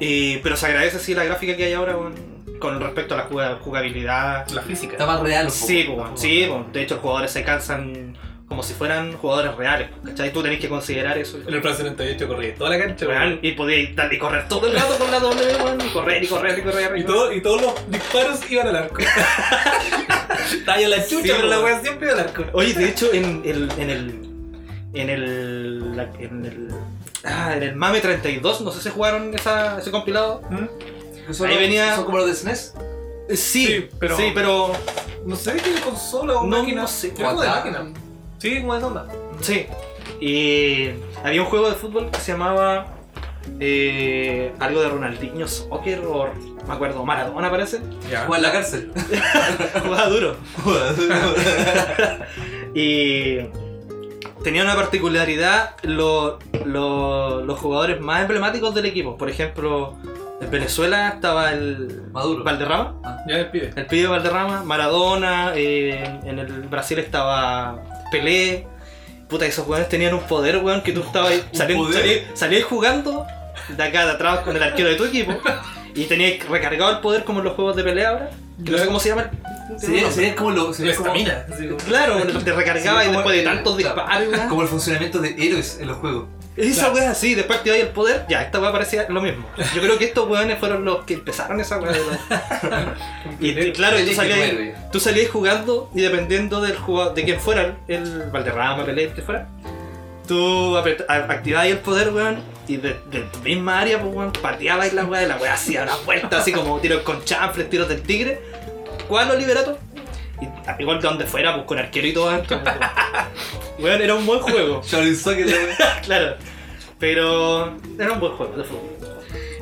Y- pero se agradece sí la gráfica que hay ahora con, con respecto a la juga- jugabilidad.
La física.
Está más real un poco.
Sí, po, weón, sí, po. de hecho los jugadores se cansan como si fueran jugadores reales. ¿Cachai? Tú tenés que considerar eso.
En el Plan 78 corría toda la cancha,
Real,
weón.
y podías dar- y correr todo el rato con la doble, weón, y correr y correr y correr.
Y,
correr.
todo- y todos los disparos iban al arco. *laughs* Estaba yo en la chucha,
Sí,
pero la
weón.
wea siempre iba al arco.
Oye, de hecho, en el. En el. En el. la- en el ah, en el MAME 32, no sé si jugaron esa, ese compilado.
¿Mm?
Que son
Ahí
los-
venía-
Son como los de SNES.
Eh, Sí,
Sí,
pero.
pero-
Sí, pero.
No sé qué consola o
No,
máquina.
no sé.
Yo como de
Guata.
máquina. Sí, como de sonda.
Sí. Y. Había un juego de fútbol que se llamaba. eh, algo de Ronaldinho Soccer o. Me acuerdo, Maradona parece.
Ya.
Como en la *laughs* cárcel.
*laughs* Jugaba duro. Y tenía una particularidad lo- lo- los jugadores más emblemáticos del equipo. Por ejemplo, en Venezuela estaba el
Maduro.
Valderrama,
Ya el pibe.
el pibe Valderrama, Maradona, eh, en el Brasil estaba Pelé. Puta, esos jugadores tenían un poder, weón, que tú estabas ahí- saliendo-
poder?
salías salías jugando de acá de atrás con el arquero de tu equipo. Y tenías recargado el poder como en los juegos de pelea ahora. que no sé cómo se llama. el-
Sería, sería como lo.
La
Sería como,
estamina. así como-
Claro, te recargaba y
Sí, como
después de
el-
tantos
claro.
disparos. weón.
como el funcionamiento de héroes en los juegos.
Esa wea así, después activáis el poder, ya, esta wea parecía lo mismo. Yo creo que estos weones fueron los que empezaron esa wea. de los- y, y claro, y tú
Elige tu
salías,
héroe.
tú salías jugando y dependiendo del jugador, de quién fuera, el Valderrama, Pelé, el que fuera, tú apret- a- activabas el poder, weón, y de, de tu misma área, pues weón, pateabas la wea y la wea hacía una vuelta así como tiros con chanfles, tiros del tigre. ¿Cuál lo liberato? Y a- igual de donde fuera, pues con arquero y todo adentro. pues, weón. Weón, era un buen juego.
Shaolin Soccer. la-
Claro. Pero era un buen juego de fútbol.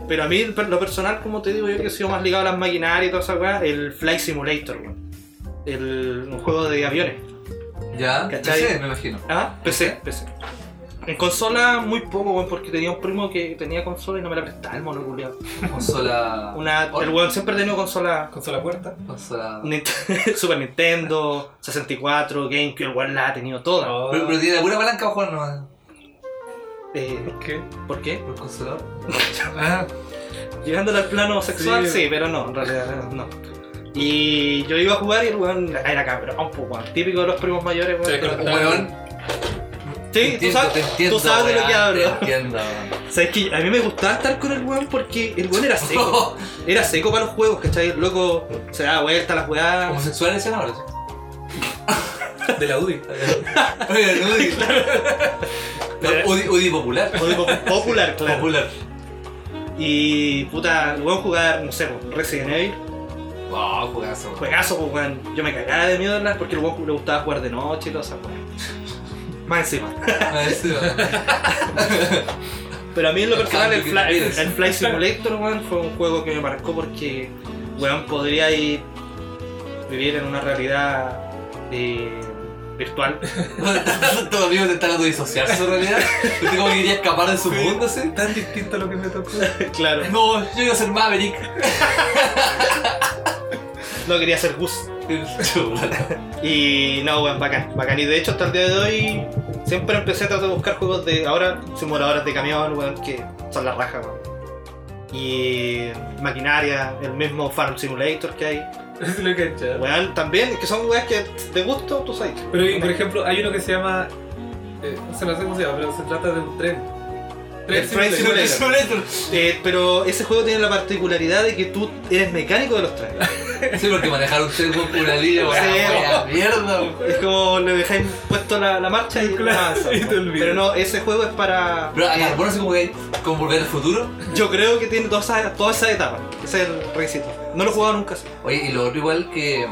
Pero a mí, per- lo personal, como te digo, yo que he sido más ligado a las maquinarias y toda esa weá, el Flight Simulator, weón. El, un juego de aviones.
*laughs* Ya,
¿Cachai?
no sé, me imagino.
Ah, PC, PC. En consola, muy poco, weón, porque tenía un primo que tenía consola y no me la prestaba el mono culiao.
Consola.
Una, El weón siempre ha tenido consola.
Consola puerta.
Consola.
Nint- *laughs* Super Nintendo, 64, GameCube, el weón la ha tenido toda.
No.
Pero, pero tiene la pura palanca para jugar nomás.
Eh,
¿Qué?
¿Por qué?
Por consolador.
Ah,
Llegándole al plano sexual,
Sí.
sí, pero no, en realidad no. Y yo iba a jugar y el weón era cabrón, pues weón, típico de los primos mayores,
Sí,
weón.
claro.
Weón.
Sí, tú
entiendo, te
sabes,
entiendo,
tú sabes de lo
weón,
que
te
hablo. *laughs*
Entiendo, weón.
Sabes que a mí me gustaba estar con el weón porque el weón era seco.
*laughs*
Era seco para los juegos, ¿cachai? El loco se daba vuelta a las weadas.
Homosexuales en ahora.
de la UDI.
*laughs*
Oye, no Udi. No, Udi, Udi popular.
O de
*laughs*
pop- Popular, claro.
Popular.
Y puta, el weón jugaba, no sé, pues, Resident Evil.
Wow, jugazo. weón.
Juegazo, pues weón. Yo me cagaba de miedo en las porque el weón le gustaba jugar de noche y todo eso, weón. Más encima.
Ah, ese, weón.
Pero a mí en lo
El
personal el,
cambio que
Fly-
tuvieras.
el Fly Simulator weón, fue un juego que me marcó porque weón podría ir- vivir en una realidad eh, virtual.
*laughs* Todo amigo intentando disociar su realidad. Usted como que quería escapar de su mundo, ¿sí?
Tan distinto a lo que me *laughs* tocó.
claro.
No, yo iba a ser Maverick. *laughs*
No quería ser Gus. Y no, weón, bacán, bacán. Y de hecho, hasta el día de hoy, siempre empecé a tratar de buscar juegos de. Ahora, simuladores de camión, weón, que son la raja, weón. Y maquinaria, el mismo Farm Simulator que hay.
Eso lo he cachado.
Weón, también, que son weas que de gusto tú sabes.
Pero y, por ejemplo, hay uno que se llama. eh, no sé, no sé cómo se llama, pero se trata de un tren.
El Train Simulator.
Simulator.
Eh, pero ese juego tiene la particularidad de que tú eres mecánico de los trailers.
*laughs*
Sí, porque manejar un tren con una línea, weón.
Sí,
weón, mierda, weón.
Es como le dejáis puesto la, la marcha y,
Claro,
avanza,
*laughs* y te
weón.
olvidas.
Pero no, ese juego es para. eh,
Pero a Carbono así como que, como volver al futuro.
Yo creo que tiene todas esas todas esas etapas. Ese es el requisito. No lo he jugado nunca. sí.
Oye, y lo otro igual que,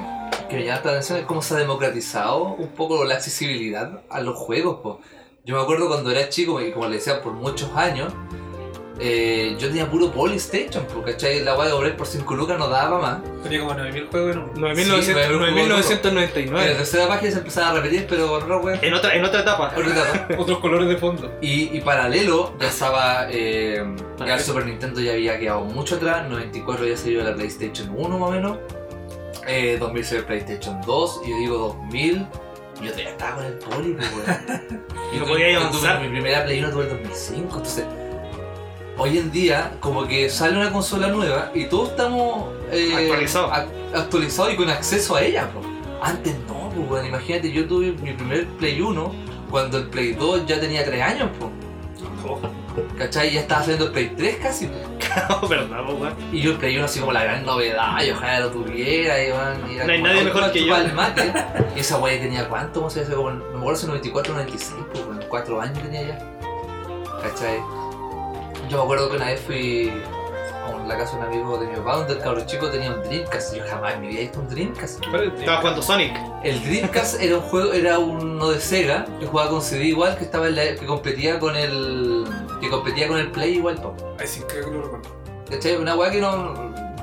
que me llama la atención es cómo se ha democratizado un poco la accesibilidad a los juegos. po. Yo me acuerdo cuando era chico, y como le decía, por muchos años, eh, yo tenía puro Polystation, porque ¿cachai? la guay de obrar por 5 lucas no daba más.
Tenía como 9000 juegos en uno.
9900,
Sí, me-
9999.
En la tercera página se empezaba a repetir, pero con otra wea,
En otra, en otra etapa.
otra etapa.
Otros colores de fondo.
Y, y paralelo,
*laughs*
ya estaba. eh, ya el Super Nintendo ya había quedado mucho atrás. 94 ya salió la PlayStation 1 más o menos. Eh, 2000 salió el PlayStation 2. Y yo digo 2000. y Yo todavía estaba con el poli,
*laughs*
pues, weón.
Y no
tuve-
podía
yo
avanzar.
tuve Mi primera Play 1 tuve el 2005. Entonces, hoy en día, como que sale una consola nueva y todos estamos. eh,
Actualizados.
ac- actualizados y con acceso a ella, pues. Antes no, pues, weón. Imagínate, yo tuve mi primer Play 1 cuando el Play 2 ya tenía 3 años, pues. ¿Cachai? Ya estaba saliendo el Play 3 casi. po.
*laughs* No, verdad, po, weón.
Y yo el Play 1 así como la gran novedad, y ojalá lo tuviera, y van, y era
No hay
como,
nadie
"Ay,
mejor
va a
que
chupar
yo".
el mate. Y esa wea tenía cuánto, no sé, hace como, no me acuerdo si 94 o 96, pues bueno, 4 años tenía ya. ¿Cachai? Yo me acuerdo que una vez fui a un- la casa de un amigo de mi papá, donde el cabro chico tenía un Dreamcast, y yo jamás en mi vida he visto un Dreamcast.
Estaba jugando Sonic.
El Dreamcast era un juego, era uno de Sega que jugaba con CD igual, que estaba en la- que competía con el que competía con el Play igual, po.
Ay, sí, creo que lo recuerdo.
¿Cachai? Una weá que no.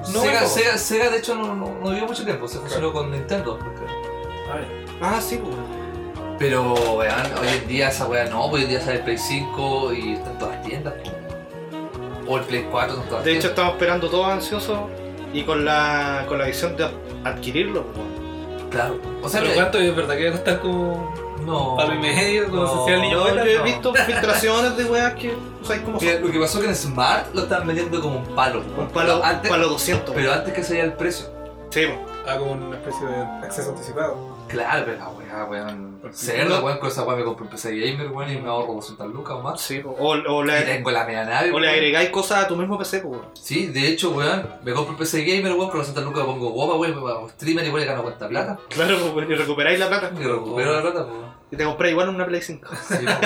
Sega,
no.
Sega- Sega, de hecho no, no, no vivió mucho tiempo, se fusionó con Nintendo.
Ah, sí, po.
Pero weón, hoy en día esa weá no, pues hoy en día sale el Play 5 y está en todas las tiendas. po. O el Play 4 está en todas las
De hecho,
tiendas.
estamos esperando todos ansiosos y con la, con la visión de adquirirlo. po, weón.
Claro. O sea,
Pero
que-
cuánto es verdad que va a costar como
no.
palo y medio, como
No.
se hacía el niño
Yo,
abuela.
yo he
no.
visto filtraciones de weas que, o sea, como
Mira, lo que pasó que en Smart lo están vendiendo como un palo. po.
un palo,
Pero antes,
un palo 200.
pero antes que salía el precio.
Sí, po.
Ah, como una especie de acceso anticipado.
Claro, pero la weá, weón. Cerdo, weón, con esa weá me compré un PC gamer, weón, y me ahorro 200 lucas o más.
Ah, Sí, po. O, o
Y
le,
tengo la media nave.
o le
weón.
agregáis cosas a tu mismo PC, po, weón.
Sí, de hecho, weón, me compro un PC gamer, weón, con 200 lucas me pongo guapa, weón, me hago streamer y weón, le gano cuenta plata.
Claro, po, weón, y recuperáis la plata.
Y recupero la plata, weón.
Y te compráis igual una Play 5.
Sí, weón.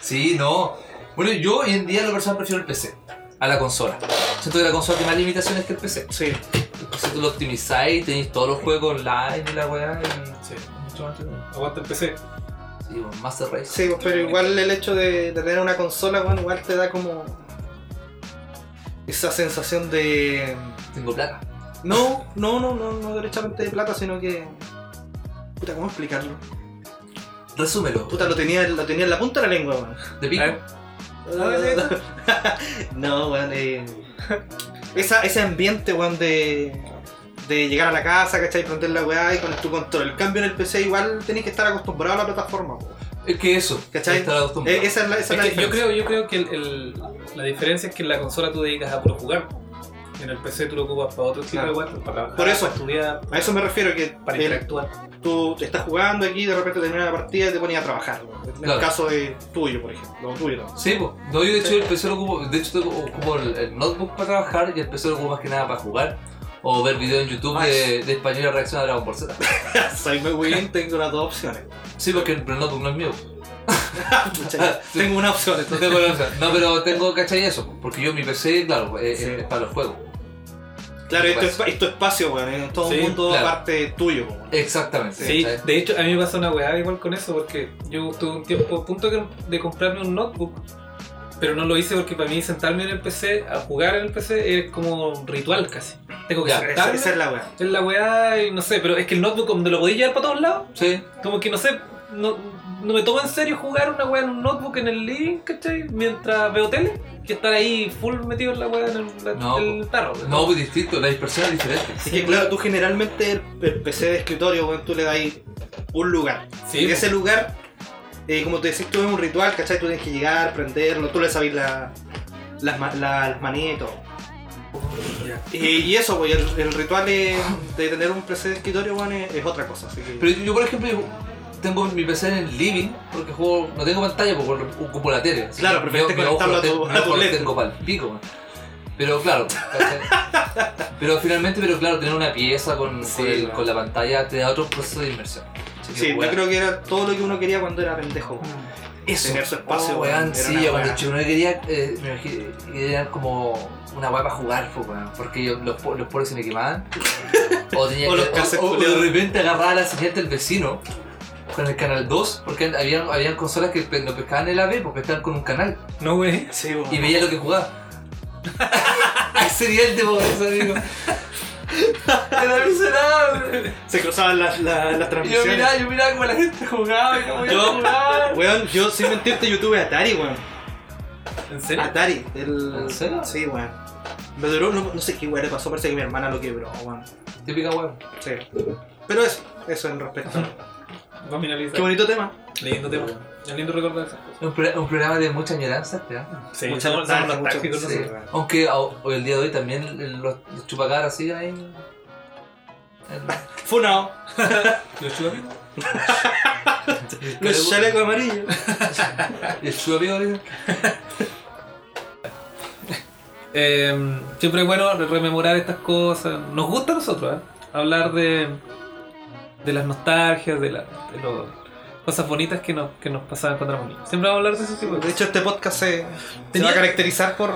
Sí, no. Bueno, yo hoy en día, la persona prefiero el PC a la consola. Siento que la consola tiene más limitaciones que el PC.
Sí.
El PC tú lo optimizáis, tenéis todos los juegos online y la weá, y
Sí.
mucho más entretenido.
Aguanta el PC.
Sí, weón, Master Race.
Sí, pues, pero igual el hecho de, de tener una consola, bueno, igual te da como esa sensación de
Tengo plata.
no, no, no, no, no derechamente de plata, sino que puta, ¿cómo explicarlo?
Resúmelo.
Puta, lo tenía, lo tenía en la punta de la lengua, weón.
De pico.
A ver.
*laughs* no, weón, eh, esa, ese ambiente, weón, de, de llegar a la casa, ¿cachai? Prender la weá y con tu control. El cambio en el PC igual tenés que estar acostumbrado a la plataforma, weón.
Es que eso.
¿Cachai?
Está la costumbre.
Eh, Esa es la, esa es la
Es que yo
diferencia.
creo, yo creo que el- el- la diferencia es que en la consola tú dedicas a puro jugar. En el PC tú lo ocupas para otro tipo
Claro.
de guantes, para trabajar,
Por eso.
para estudiar,
A eso me refiero, que
para
el-
interactuar.
tú estás jugando aquí y de repente termina la partida y te pones a trabajar. ¿no? En
Claro.
el caso de tuyo, por ejemplo, o tuyo ¿no?
Sí, pues. No, yo de hecho el PC lo ocupo, de hecho ocupo el, el notebook para trabajar y el PC lo ocupo más que nada para jugar o ver videos en YouTube de, de español y reacción a Dragon Ball Z.
*laughs* Soy muy William, tengo las dos opciones.
Sí, porque el, pero el notebook no es mío.
*laughs* Pucha, tengo una opción,
No,
entonces.
tengo la opción. No, pero tengo, ¿cachai eso? Porque yo mi PC, claro, es,
Sí.
es- es para los juegos.
Claro, esto es, es tu espacio, weón, es todo
Sí,
un mundo
claro.
aparte tuyo. weón.
Exactamente.
Sí,
¿cachai?
de hecho a mí me pasa una weá igual con eso, porque yo tuve un tiempo a punto que- de comprarme un notebook, Pero no lo hice porque para mí sentarme en el PC, a jugar en el PC, es como un ritual casi. Tengo que
Ya,
Esa,
sentarme
esa es la weá.
en la weá y no sé, pero es que el notebook donde lo podía llevar para todos lados,
Sí,
como que no sé, no, no me tomo en serio jugar una weá en un notebook en el living, ¿cachai? Mientras veo tele, que estar ahí full metido en la weá en el, la-
No,
el tarro.
no, pues distinto, la dispersión es diferente.
Es que claro, tú generalmente el, el PC de escritorio, weón, tú le das ahí un lugar.
Sí,
y ese lugar, eh, como te decís, tú es un ritual, ¿cachai? Tú tienes que llegar, prenderlo, tú le sabes la- las, ma- la- las manías y todo. Y, y eso, pues, el, el ritual es- de tener un PC de escritorio, weón, es, es otra cosa. Así que...
Pero yo, yo, por ejemplo, yo tengo mi PC en el living porque juego, no tengo pantalla pues, porque ocupo la tele. así
Claro,
que
preferiste
mi ojo- mi ojo
conectarlo
lo
a tu-
tengo-
a
mi ojo
tu
lo
LED.
tengo pa'l pico, man. Pero claro,
*laughs*
¿cachai? pero finalmente, pero claro, tener una pieza con,
Sí,
con, el-
claro.
con la pantalla te da otro proceso de inversión.
sí, yo creo que era todo lo que uno quería cuando era pendejo. weón. Tener su espacio,
Oh,
weón,
weón,
era
sí,
una
yo cuando
weá.
chico no quería, eh, me imagino que era como una guapa para jugar, po, weón, porque yo- los, po- los poros se me
*laughs*
quemaban. O, tenía
O
que-
los calces
o- o de
culiados.
repente agarraba la señal del vecino con el canal 2, porque habían, habían consolas que pe- no pescaban el AB, porque pescaban con un canal
no wey.
Sí, weón.
y veía lo
*laughs*
que jugaba. *laughs* A ese nivel de pobreza,
*laughs*
amigo. Era miserable.
Se cruzaban las, las, las
Y Yo
transmisiones.
miraba, yo miraba como la gente jugaba y cómo yo
Yo-
jugaba.
Weón, yo sin mentirte, yo tuve Atari, weón.
¿En serio?
Atari. El...
¿En serio?
Sí, weón. Me duró, no, no sé qué weón le pasó, parece que mi hermana lo quebró, weón.
Típica weón.
Sí. Pero eso, eso en respecto.
Va a
Qué
finalizar.
bonito tema.
Lindo tema. Es lindo recordar esas cosas.
Un, pro- un programa de mucha añoranza, te amo.
Sí,
Muchas
somos, somos
nostalgia,
los
muchas-
tácticos,
Sí.
nosotros.
Aunque a- hoy el día de hoy también el- los los chupacabras siguen ahí. El-
Funao.
¿Los chubas?
Los chalecos amarillos.
El chupapico, ¿no?
Eh, siempre es bueno re- rememorar estas cosas. Nos gusta a nosotros, ¿eh? Hablar de, de las nostalgias, de, las cosas bonitas que nos, que nos pasaban cuando éramos niños. Siempre vamos a hablar de ese tipo
De
de cosas.
hecho, este podcast se, se va
Tenía-
a caracterizar por.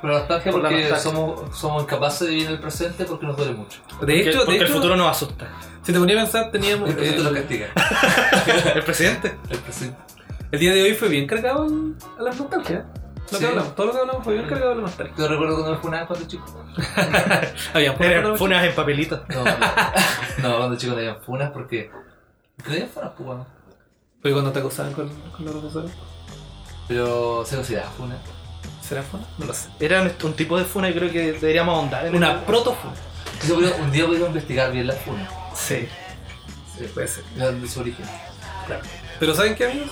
Pero la nostalgia
Por la
porque
nostalgia.
somos, somos incapaces de vivir el presente porque nos duele mucho.
De hecho, de
porque el
hecho,
futuro nos asusta.
si te ponía a pensar, teníamos.
El presente
eh,
nos castiga.
*laughs* El presidente.
El presente.
el día de hoy fue bien cargado en- a las nostalgias. Lo
Sí.
que hablamos, todo lo que hablamos fue bien cargado a la nostalgia.
Yo recuerdo cuando me funaban cuando
*laughs*
chico.
*laughs*
Habían
Era
puesto-
funas en papelito.
No, no, no cuando chico no había funas porque. ¿Qué no había funas, pues, weón?
Oye, cuando te acosaban con, con los profesores.
Pero se consideraba funas.
¿Será funa? No lo sé.
Era un- un tipo de funa y creo que deberíamos ahondar en
Una
el-
protofuna.
Yo creo que un día podríamos investigar bien las funas,
Sí.
Sí, puede ser.
la- de su origen.
Pero ¿saben qué, amigos?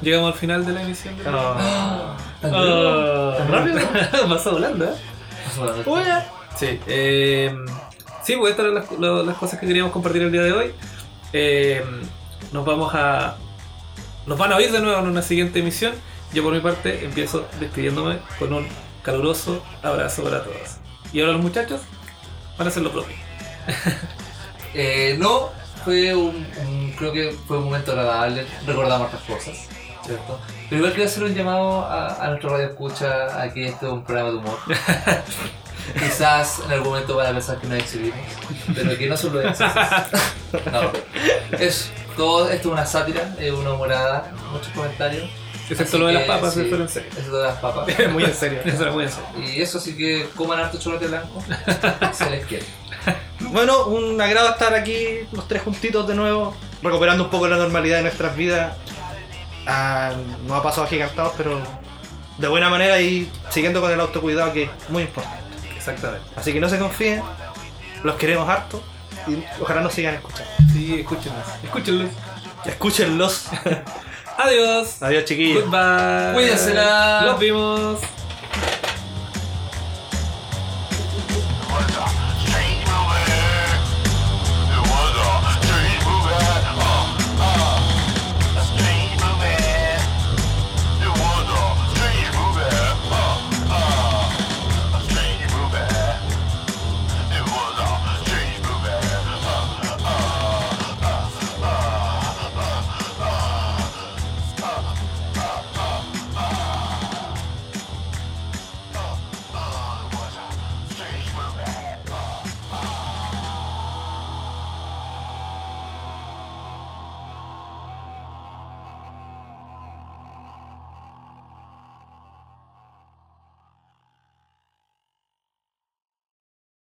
Llegamos al final de la emisión. De
Ah.
Tan duro.
Ah,
¿Tan rápido?
*laughs* Pasó volando, ¿eh? Sí. eh, sí, pues estas eran las, lo- las cosas que queríamos compartir el día de hoy. Eh, nos vamos a... Nos van a oír de nuevo en una siguiente emisión. Yo por mi parte empiezo despidiéndome con un caluroso abrazo para todos. Y ahora los muchachos van a hacer lo propio.
Eh, no, fue un, un- creo que fue un momento agradable, recordamos las cosas, ¿cierto? Pero igual quiero hacer un llamado a, a nuestro radio escucha a que esto es un programa de
*laughs*
humor. Quizás en algún momento van a pensar que no exhibimos, pero que no son los No, es, todo esto es una sátira, es una humorada, muchos comentarios.
Excepto
Así
lo de las
que,
papas,
sí,
eso era en serio.
Eso de las papas.
*laughs* Muy en serio. *laughs*
Eso era muy en serio.
Y eso, así que coman harto chocolate
*laughs*
blanco, se les quiere.
Bueno, un agrado estar aquí los tres juntitos de nuevo, recuperando un poco la normalidad de nuestras vidas. Ah, nos ha pasado agigantados, pero de buena manera y siguiendo con el autocuidado que es muy importante.
Exactamente.
Así que no se confíen, los queremos harto y ojalá nos sigan escuchando.
Sí, escúchenlos. Escúchenlos.
Escúchenlos.
Adiós.
Adiós chiquillos.
Goodbye.
Cuídensela.
Nos vimos.